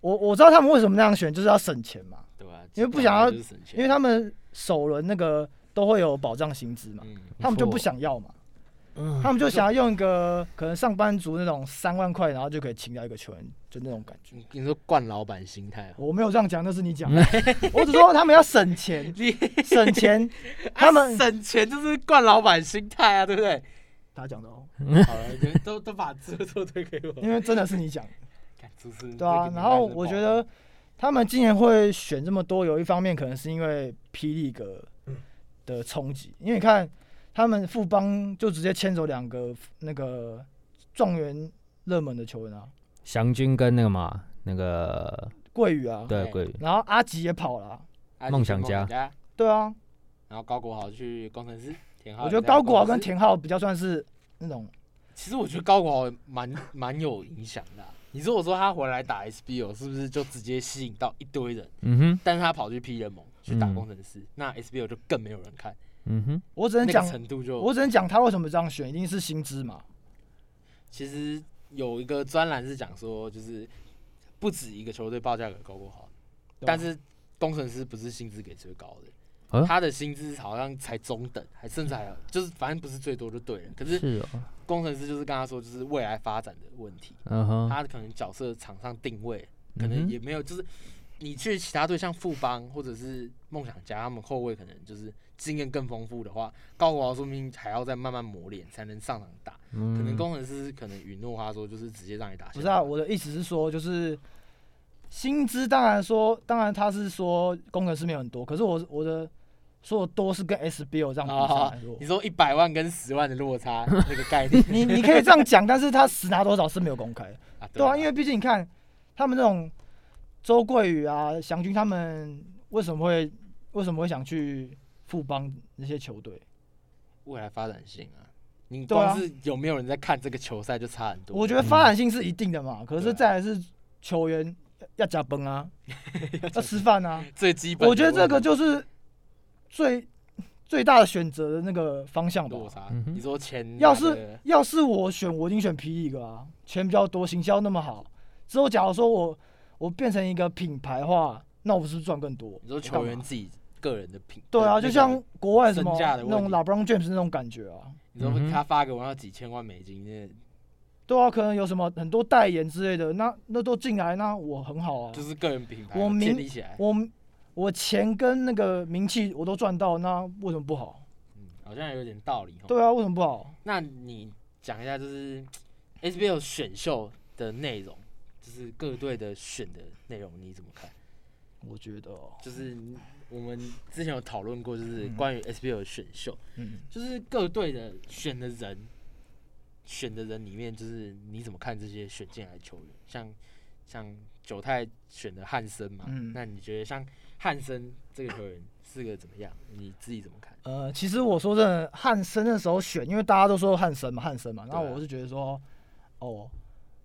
[SPEAKER 5] 我我知道他们为什么那样选，就是要省钱嘛，
[SPEAKER 3] 对吧、
[SPEAKER 5] 因为不想要
[SPEAKER 3] 就是省钱
[SPEAKER 5] 因为他们首轮那个都会有保障薪资嘛，
[SPEAKER 3] 嗯
[SPEAKER 5] 他们就不想要嘛，
[SPEAKER 4] 嗯
[SPEAKER 5] 他们就想要用一个可能上班族那种三万块，然后就可以请到一个球员，就那种感觉。
[SPEAKER 3] 你你说惯老板心态、哦，
[SPEAKER 5] 我没有这样讲，那是你 讲的，我只说他们要省钱，
[SPEAKER 3] 你
[SPEAKER 5] 省钱，他 们
[SPEAKER 3] 啊省钱就是惯老板心态啊，对 不对？
[SPEAKER 5] 他讲的哦，
[SPEAKER 3] 好了，你们都都把制作推给我，
[SPEAKER 5] 因为真的是你讲的。
[SPEAKER 3] 看主持人
[SPEAKER 5] 对啊
[SPEAKER 3] 这，个
[SPEAKER 5] 然后
[SPEAKER 3] 你
[SPEAKER 5] 我
[SPEAKER 3] 真
[SPEAKER 5] 觉
[SPEAKER 3] 的爆
[SPEAKER 5] 得他们今年会选这么多，有一方面可能是因为霹雳哥
[SPEAKER 3] 嗯
[SPEAKER 5] 的冲击，因为你看他们富邦就直接牵走两个那个状元热门的球员啊，
[SPEAKER 4] 祥军跟那个嘛，那个
[SPEAKER 5] 桂宇啊，
[SPEAKER 4] 对
[SPEAKER 3] 对
[SPEAKER 4] 桂宇，
[SPEAKER 5] 然后阿吉也跑了啊、
[SPEAKER 3] 啊
[SPEAKER 4] 梦
[SPEAKER 3] 你去
[SPEAKER 4] 想家
[SPEAKER 3] 家，
[SPEAKER 5] 对啊，
[SPEAKER 3] 然后高国豪去工程师，田浩
[SPEAKER 5] 我
[SPEAKER 3] 也
[SPEAKER 5] 觉得
[SPEAKER 3] 在
[SPEAKER 5] 高国豪
[SPEAKER 3] 工程
[SPEAKER 5] 跟
[SPEAKER 3] 师
[SPEAKER 5] 田浩比较算是那种，
[SPEAKER 3] 其实我觉得高国豪蛮蛮有影响的啊、你说我说他回来打 SBO 是不是就直接吸引到一堆人？
[SPEAKER 4] 嗯哼，
[SPEAKER 3] 但是他跑去 P 联盟去打
[SPEAKER 4] 嗯
[SPEAKER 3] 工程师，那 SBO 就更没有人看，
[SPEAKER 4] 嗯哼，
[SPEAKER 5] 我只能
[SPEAKER 3] 那
[SPEAKER 5] 讲
[SPEAKER 3] 个，程度就
[SPEAKER 5] 我只能讲他为什么这样选，一定是薪资嘛，
[SPEAKER 3] 其实有一个专栏是讲说，就是不止一个球队报价给高国豪，
[SPEAKER 5] 对吧
[SPEAKER 3] 但是工程师不是薪资给最高的，
[SPEAKER 4] 啊
[SPEAKER 3] 他的薪资好像才中等，还甚至还有就是反正不是最多就对了。可是
[SPEAKER 4] 是哦，
[SPEAKER 3] 工程师就是跟他说，就是未来发展的问题，
[SPEAKER 4] 嗯哼，
[SPEAKER 3] 他可能角色场上定位可
[SPEAKER 4] 嗯
[SPEAKER 3] 能
[SPEAKER 4] 哼
[SPEAKER 3] 也没有，就是你去其他队像富邦或者是梦想家，他们后卫可能就是经验更丰富的话，高国豪说明还要再慢慢磨练才能上场打。可能
[SPEAKER 4] 嗯
[SPEAKER 3] 工程师可能允诺他说就是直接让你打先发。
[SPEAKER 5] 不是啊，我的意思是说，就是薪资当然说，当然他是说工程师没有很多，可是我我的说的多是跟 SBO 这样比上来说，
[SPEAKER 3] 你说一百万跟十万的落差那个概 念
[SPEAKER 5] 你你可以这样讲，但是他实拿多少是没有公开的，
[SPEAKER 3] 啊，
[SPEAKER 5] 对啊，因为毕竟你看他们这种周桂宇啊、祥军他们为什么会为什么会想去富邦那些球队？
[SPEAKER 3] 未来发展性啊，你
[SPEAKER 5] 对啊
[SPEAKER 3] 光是有没有人在看这个球赛就差很多。
[SPEAKER 5] 我觉得发展性是一定的嘛，可是再来是球员要加崩啊， 要吃饭啊。
[SPEAKER 3] 最基本的
[SPEAKER 5] 我
[SPEAKER 3] 问题，
[SPEAKER 5] 觉得这个就是最最大的选择的那个方向吧。
[SPEAKER 3] 落差
[SPEAKER 4] 嗯。哼
[SPEAKER 3] 你说钱
[SPEAKER 5] 要
[SPEAKER 3] 拿
[SPEAKER 5] 是
[SPEAKER 3] 的
[SPEAKER 5] 要是我选，我一定选霹雳哥啊，钱比较多，行销那么好。之后假如说我我变成一个品牌的话，那我是不是赚更多？
[SPEAKER 3] 你说
[SPEAKER 5] 干
[SPEAKER 3] 球
[SPEAKER 5] 嘛
[SPEAKER 3] 员自己个人的品，
[SPEAKER 5] 对啊，
[SPEAKER 3] 那个
[SPEAKER 5] 就像国外什么
[SPEAKER 3] 身价的
[SPEAKER 5] 那
[SPEAKER 3] 问题
[SPEAKER 5] 种 LeBron James 那种感觉啊。
[SPEAKER 3] 你说
[SPEAKER 4] 嗯哼
[SPEAKER 3] 他发给我要几千万美金，那
[SPEAKER 5] 对啊，可能有什么很多代言之类的，那那都进来，那我很好啊。
[SPEAKER 3] 就是个人品牌
[SPEAKER 5] 我明
[SPEAKER 3] 建立起来，
[SPEAKER 5] 我我钱跟那个名气我都赚到，那为什么不好？
[SPEAKER 3] 嗯，好像有点道理哦。
[SPEAKER 5] 对啊，为什么不好？
[SPEAKER 3] 那你讲一下，就是 SBL 选秀的内容，就是各队的选的内容，你怎么看？
[SPEAKER 5] 我觉得、哦，
[SPEAKER 3] 就是我们之前有讨论过，就是
[SPEAKER 5] 嗯
[SPEAKER 3] 关于 SBL 的选秀，
[SPEAKER 5] 嗯，
[SPEAKER 3] 就是各队的选的人，选的人里面，就是你怎么看这些选进来的球员？像像九泰选的汉森嘛，
[SPEAKER 5] 嗯
[SPEAKER 3] 那你觉得像汉森这个球员是个怎么样？你自己怎么看？
[SPEAKER 5] 呃，其实我说真的，汉森那时候选，因为大家都说汉森嘛，汉森嘛，然后
[SPEAKER 3] 对啊
[SPEAKER 5] 我是觉得说，哦，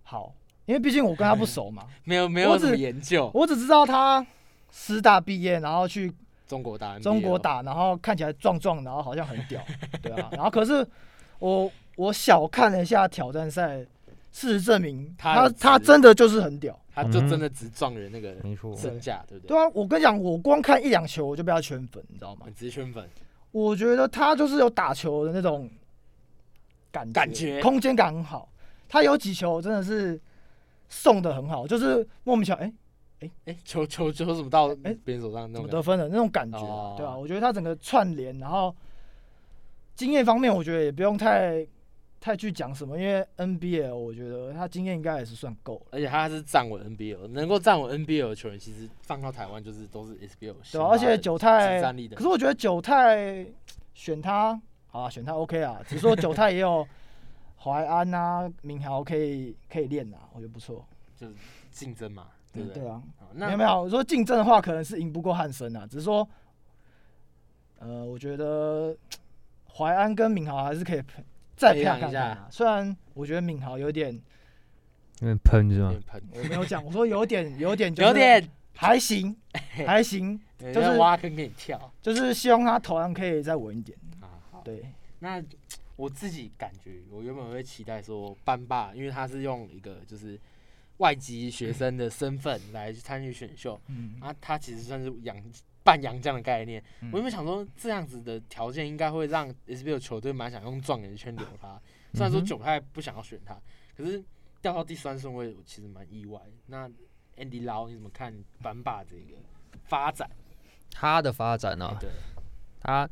[SPEAKER 5] 好，因为毕竟我跟他不熟 嘛，
[SPEAKER 3] 没有没
[SPEAKER 5] 我
[SPEAKER 3] 有
[SPEAKER 5] 只
[SPEAKER 3] 什么研究，
[SPEAKER 5] 我只知道他师大毕业，然后去
[SPEAKER 3] 中国打 NBA
[SPEAKER 5] 中国
[SPEAKER 3] 哦
[SPEAKER 5] 打，然后看起来壮壮，然后好像很 屌，对啊，然后可是我我小看了一下挑战赛，事实证明
[SPEAKER 3] 他
[SPEAKER 5] 他
[SPEAKER 3] 有
[SPEAKER 5] 他
[SPEAKER 3] 值
[SPEAKER 5] 真的就是很屌，
[SPEAKER 3] 他就真
[SPEAKER 4] 嗯
[SPEAKER 3] 的只撞人那个
[SPEAKER 4] 没错，
[SPEAKER 3] 身价，对不对？
[SPEAKER 5] 对啊，我跟你讲，我光看一两球我就被他圈粉，你知道吗
[SPEAKER 3] 很？直圈粉，
[SPEAKER 5] 我觉得他就是有打球的那种感
[SPEAKER 3] 感觉
[SPEAKER 5] 空间感很好。他有几球真的是送的很好，就是莫名其妙哎、
[SPEAKER 3] 哎，球球球怎么到
[SPEAKER 5] 哎
[SPEAKER 3] 别人手上那
[SPEAKER 5] 怎
[SPEAKER 3] 种
[SPEAKER 5] 么
[SPEAKER 3] 感觉？
[SPEAKER 5] 得分的那种感觉，
[SPEAKER 3] 哦
[SPEAKER 5] 对吧、我觉得他整个串联，然后经验方面，我觉得也不用太太去讲什么，因为 NBL 我觉得他经验应该也是算够了，
[SPEAKER 3] 而且他是站稳 NBL，能够站稳 NBL 的球员，其实放到台湾就是都是 SBL
[SPEAKER 5] 对啊吧、而且
[SPEAKER 3] 九
[SPEAKER 5] 九
[SPEAKER 3] 战
[SPEAKER 5] 泰，
[SPEAKER 3] 力的
[SPEAKER 5] 可，是我觉得九泰选他，好啊，选他 OK 啊，只是说九泰也有淮安啊、明豪可以可以练啊，我觉得不错。
[SPEAKER 3] 就是竞争嘛，对
[SPEAKER 5] 嗯，
[SPEAKER 3] 不对？
[SPEAKER 5] 对啊，
[SPEAKER 3] 好
[SPEAKER 5] 没
[SPEAKER 3] 那
[SPEAKER 5] 有没有，我说竞争的话，可能是赢不过汉森啊，只是说，呃，我觉得淮安跟敏豪还是可以培再培养
[SPEAKER 3] 培养一
[SPEAKER 5] 看
[SPEAKER 3] 下
[SPEAKER 5] 看啊。虽然我觉得敏豪有点，
[SPEAKER 4] 有点喷是
[SPEAKER 3] 有
[SPEAKER 4] 吗
[SPEAKER 3] 点？喷，
[SPEAKER 5] 我没有讲，我说有点有点就 是
[SPEAKER 3] 有点
[SPEAKER 5] 还 行还行，
[SPEAKER 3] 对
[SPEAKER 5] 就是
[SPEAKER 3] 要挖坑给你跳
[SPEAKER 5] 就是希望他投篮可以再稳一点。
[SPEAKER 3] 啊。好，
[SPEAKER 5] 对，
[SPEAKER 3] 那我自己感觉，我原本会期待说班霸，因为他是用一个就是外籍学生的身份来参与选秀，
[SPEAKER 5] 嗯，
[SPEAKER 3] 啊，他其实算是洋半洋将的概念。
[SPEAKER 5] 嗯
[SPEAKER 3] 我原本想说这样子的条件应该会让 SBL 球队蛮想用状元圈留他，虽然说
[SPEAKER 4] 嗯哼
[SPEAKER 3] 九泰不想要选他，可是掉到第三顺位，我其实蛮意外。那 Andy Lau 你怎么看班霸这个发展？
[SPEAKER 4] 他的发展呢、
[SPEAKER 3] 哎对，
[SPEAKER 4] 他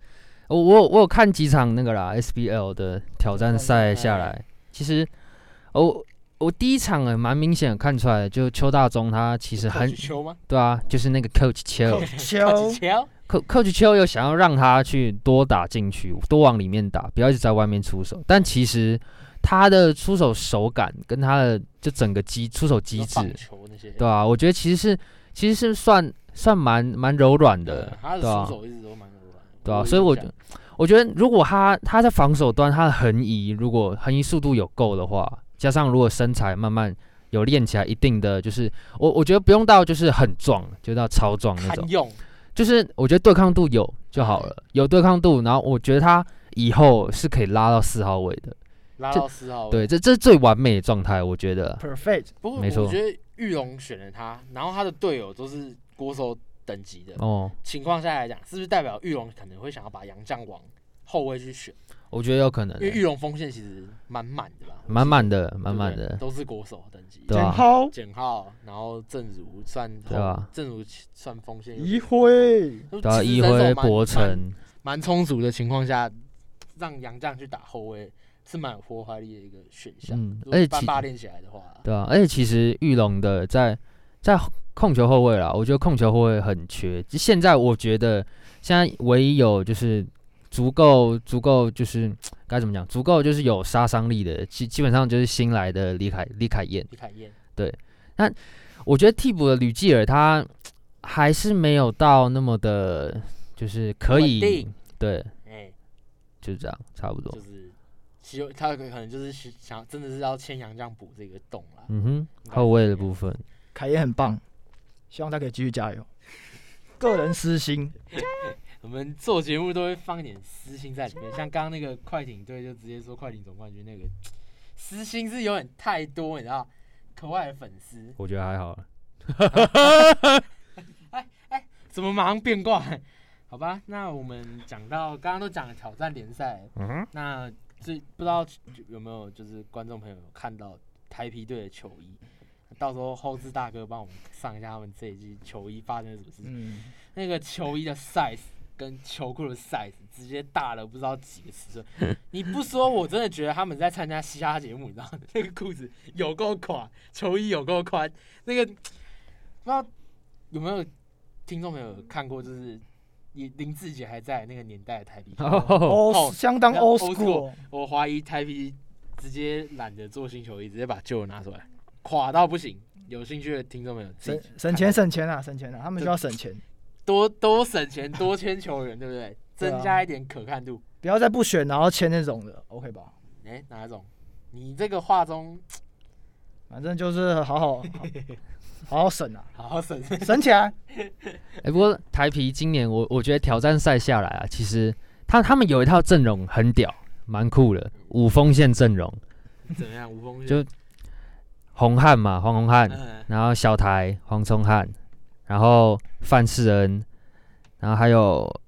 [SPEAKER 4] 我哦我有我有看几场那个啦 SBL 的挑战赛下来，其实我我第一场也蛮明显地看出来的，就邱大中他其实很
[SPEAKER 3] 球吗？
[SPEAKER 4] 对啊，就是那个 Coach
[SPEAKER 5] 扣
[SPEAKER 4] Chill
[SPEAKER 5] 球，
[SPEAKER 3] 球
[SPEAKER 4] Co- Coach Chill 有想要让他去多打进去，多往里面打，不要一直在外面出手，但其实。他的出手手感跟他的就整个机出手机制，
[SPEAKER 3] 棒球那些，
[SPEAKER 4] 对啊，我觉得其实是其实是算算蛮蛮柔软的
[SPEAKER 3] 对，，他的
[SPEAKER 4] 对啊
[SPEAKER 3] 出手一直都蛮柔软的。
[SPEAKER 4] 对啊，
[SPEAKER 3] 有
[SPEAKER 4] 所以
[SPEAKER 3] 印
[SPEAKER 4] 我觉
[SPEAKER 3] 象
[SPEAKER 4] 得，我觉得如果他他在防守端他的横移，如果横移速度有够的话，加上如果身材慢慢有练起来一定的，就是我我觉得不用到就是很壮，就到超壮那种
[SPEAKER 3] 堪，用，
[SPEAKER 4] 就是我觉得对抗度有就好了，有对抗度，然后我觉得他以后是可以拉到四号位的，
[SPEAKER 3] 拉
[SPEAKER 4] 这
[SPEAKER 3] 到四号位。
[SPEAKER 4] 对，这这是最完美的状态，我觉得。
[SPEAKER 5] perfect，
[SPEAKER 3] 不过
[SPEAKER 4] 没错
[SPEAKER 3] 我觉得玉龙选了他，然后他的队友都是国手等级的
[SPEAKER 4] 哦，
[SPEAKER 3] 情况下来讲，是不是代表玉龙可能会想要把杨将往后卫去选？
[SPEAKER 4] 我觉得有可能
[SPEAKER 3] 因为
[SPEAKER 4] 欸，
[SPEAKER 3] 玉龙锋线其实蛮满的吧，
[SPEAKER 4] 满满的，
[SPEAKER 3] 对
[SPEAKER 4] 满
[SPEAKER 3] 不
[SPEAKER 4] 满
[SPEAKER 3] 对
[SPEAKER 4] 的，
[SPEAKER 3] 都是国手等级。
[SPEAKER 4] 对啊
[SPEAKER 5] 简浩、
[SPEAKER 3] 简浩，然后郑如算
[SPEAKER 4] 对啊，
[SPEAKER 3] 郑如算锋线，
[SPEAKER 5] 一辉，
[SPEAKER 3] 对
[SPEAKER 4] 对啊，一辉、博成，
[SPEAKER 3] 蛮充足的情况下，让杨将去打后卫是蛮有破坏力的一个选项。
[SPEAKER 4] 嗯
[SPEAKER 3] 如
[SPEAKER 4] 而且
[SPEAKER 3] 果班
[SPEAKER 4] 其
[SPEAKER 3] 霸练起来的话，
[SPEAKER 4] 对啊，而且其实玉龙的在在控球后卫啦，我觉得控球后卫很缺。就现在我觉得现在唯一有就是足够足够就是该怎么讲，足够就是有杀伤力的，基基本上就是新来的李凯李凯燕。
[SPEAKER 3] 李凯燕
[SPEAKER 4] 我觉得替补的吕继尔他还是没有到那么的，就是可
[SPEAKER 3] 稳
[SPEAKER 4] 以
[SPEAKER 3] 定
[SPEAKER 4] 对，
[SPEAKER 3] 哎、
[SPEAKER 4] 就是这样，差不多
[SPEAKER 3] 就。是希望他可能就是想真的是要签杨将补这个洞啦。
[SPEAKER 4] 嗯哼，
[SPEAKER 3] 应该是
[SPEAKER 4] 后卫的
[SPEAKER 3] 这样
[SPEAKER 4] 部分，
[SPEAKER 5] 凯也很棒，希望他可以继续加油。个人私心，
[SPEAKER 3] 我们做节目都会放一点私心在里面，像刚刚那个快艇队就直接说快艇总冠军那个私心是有点太多，你知道，可爱的粉丝
[SPEAKER 4] 我觉得还好。
[SPEAKER 3] 怎么马上变卦？ 好吧，那我们讲到刚刚都讲了挑战联赛，那最不知道有没有就是观众朋友有看到台皮队的球衣，到时候后置大哥帮我们上一下他们这一季球衣发生了什么事情。
[SPEAKER 5] 嗯，
[SPEAKER 3] 那个球衣的 size 跟球裤的 size 直接大了不知道几个尺 寸。你不说，我真的觉得他们在参加嘻哈节目，你知道吗？那个裤子有够垮，球衣有够宽，那个不知道有没有听众朋友有看过，就是林林志杰还在那个年代的台币。
[SPEAKER 4] 哦，
[SPEAKER 5] 哦，相当
[SPEAKER 3] 那 old
[SPEAKER 5] old
[SPEAKER 3] school
[SPEAKER 5] school，
[SPEAKER 3] 我怀疑台皮直接懒得做新球衣，直接把旧的拿出来，垮到不行。有兴趣的听众朋友自己
[SPEAKER 5] 省
[SPEAKER 3] 去
[SPEAKER 5] 省
[SPEAKER 3] 看
[SPEAKER 5] 钱省钱啊，省钱啊，他们需要省钱，
[SPEAKER 3] 多多省钱，多签球员，对不对？
[SPEAKER 5] 对啊
[SPEAKER 3] 增加一点可看度。
[SPEAKER 5] 不要再不选然后签那种的，OK 吧？
[SPEAKER 3] 哎、哪一种？你这个话中
[SPEAKER 5] 反正就是好好好好好省 啊，
[SPEAKER 3] 好好审视。
[SPEAKER 5] 省起
[SPEAKER 3] 啊
[SPEAKER 5] 来。
[SPEAKER 4] 哎、不过台皮今年我我觉得挑战赛下来啊，其实他他们有一套阵容很屌，蛮酷的，五锋线阵容，
[SPEAKER 3] 怎么样？吴峰
[SPEAKER 4] 就啊红汉嘛，黄红汉，
[SPEAKER 3] 嗯，
[SPEAKER 4] 然后小台黄聪汉，然后范世恩，然后还有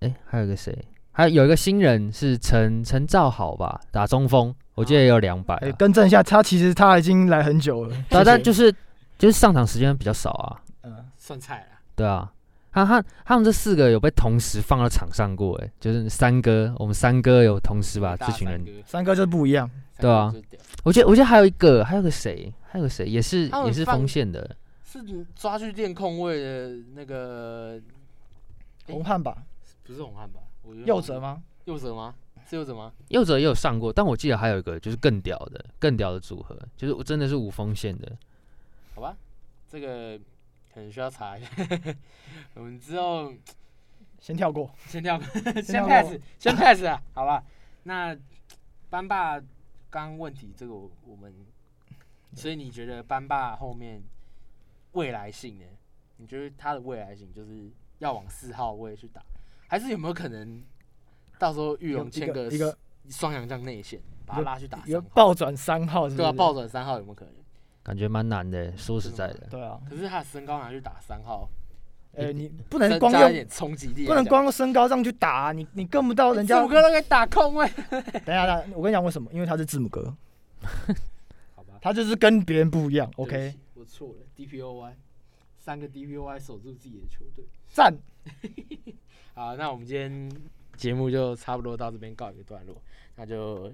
[SPEAKER 4] 哎、还有个谁？还有一个新人是陈陈兆好吧，打中锋，我记得也有两百、
[SPEAKER 5] 哎，
[SPEAKER 4] 啊，
[SPEAKER 5] 更正一下，他其实他已经来很久了，
[SPEAKER 4] 但
[SPEAKER 5] 谢谢
[SPEAKER 4] 但就是就是上场时间比较少啊，
[SPEAKER 5] 嗯，
[SPEAKER 3] 算菜了。
[SPEAKER 4] 对啊，他他他们这四个有被同时放到场上过，哎，就是三哥，我们三哥有同时把这群人，
[SPEAKER 5] 三哥就是不一样，
[SPEAKER 4] 对啊我觉得我觉得还有一个，还有个谁，还有个谁也是
[SPEAKER 3] 他们
[SPEAKER 4] 也是
[SPEAKER 3] 放
[SPEAKER 4] 锋线的，
[SPEAKER 3] 是抓去练控位的那个，诶
[SPEAKER 5] 红汉吧，
[SPEAKER 3] 不是红汉吧？我有点
[SPEAKER 5] 右
[SPEAKER 3] 忘记
[SPEAKER 5] 折？吗？
[SPEAKER 3] 右折吗？是右折吗？
[SPEAKER 4] 右哲也有上过，但我记得还有一个就是更屌的更屌的组合，就是我真的是无锋线的，
[SPEAKER 3] 好吧，这个可能需要查一下。 我们之后
[SPEAKER 5] 先跳过。
[SPEAKER 3] 先 跳，先
[SPEAKER 5] 跳过
[SPEAKER 3] pass，先 pass 啊，好吧？那班霸刚刚问题这个我我们，所以你觉得班霸后面未来性呢？你觉得他的未来性就是要往四号位去打，还是有没有可能到时候玉龙
[SPEAKER 5] 一
[SPEAKER 3] 签
[SPEAKER 5] 个一个
[SPEAKER 3] 双阳将内线，把他拉去打
[SPEAKER 5] 一个
[SPEAKER 3] 三号？
[SPEAKER 5] 暴转三号是不
[SPEAKER 3] 对
[SPEAKER 5] 是
[SPEAKER 3] 啊，暴转三号有没有可能？
[SPEAKER 4] 感觉蛮难的，说实
[SPEAKER 3] 真的
[SPEAKER 4] 在
[SPEAKER 3] 吗
[SPEAKER 4] 的，
[SPEAKER 5] 对啊，
[SPEAKER 3] 可是他的身高拿去打三号，
[SPEAKER 5] 呃，你不能
[SPEAKER 3] 增
[SPEAKER 5] 光
[SPEAKER 3] 加一
[SPEAKER 5] 用
[SPEAKER 3] 点冲击力来讲，
[SPEAKER 5] 不能光用身高上去打啊，你你跟不到人家。
[SPEAKER 3] 字母哥都可以打空 位。
[SPEAKER 5] 等一下，等一下，我跟你讲为什么？因为他是字母哥，
[SPEAKER 3] 好吧
[SPEAKER 5] 他就是跟别人不一样。
[SPEAKER 3] 对
[SPEAKER 5] OK，
[SPEAKER 3] 不起我错了，DPOY，三个 DPOY 守住自己的球队。
[SPEAKER 5] 赞，
[SPEAKER 3] 好，那我们今天节目就差不多到这边告一个段落，那就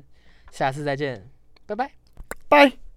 [SPEAKER 3] 下次再见，拜拜。
[SPEAKER 5] 拜。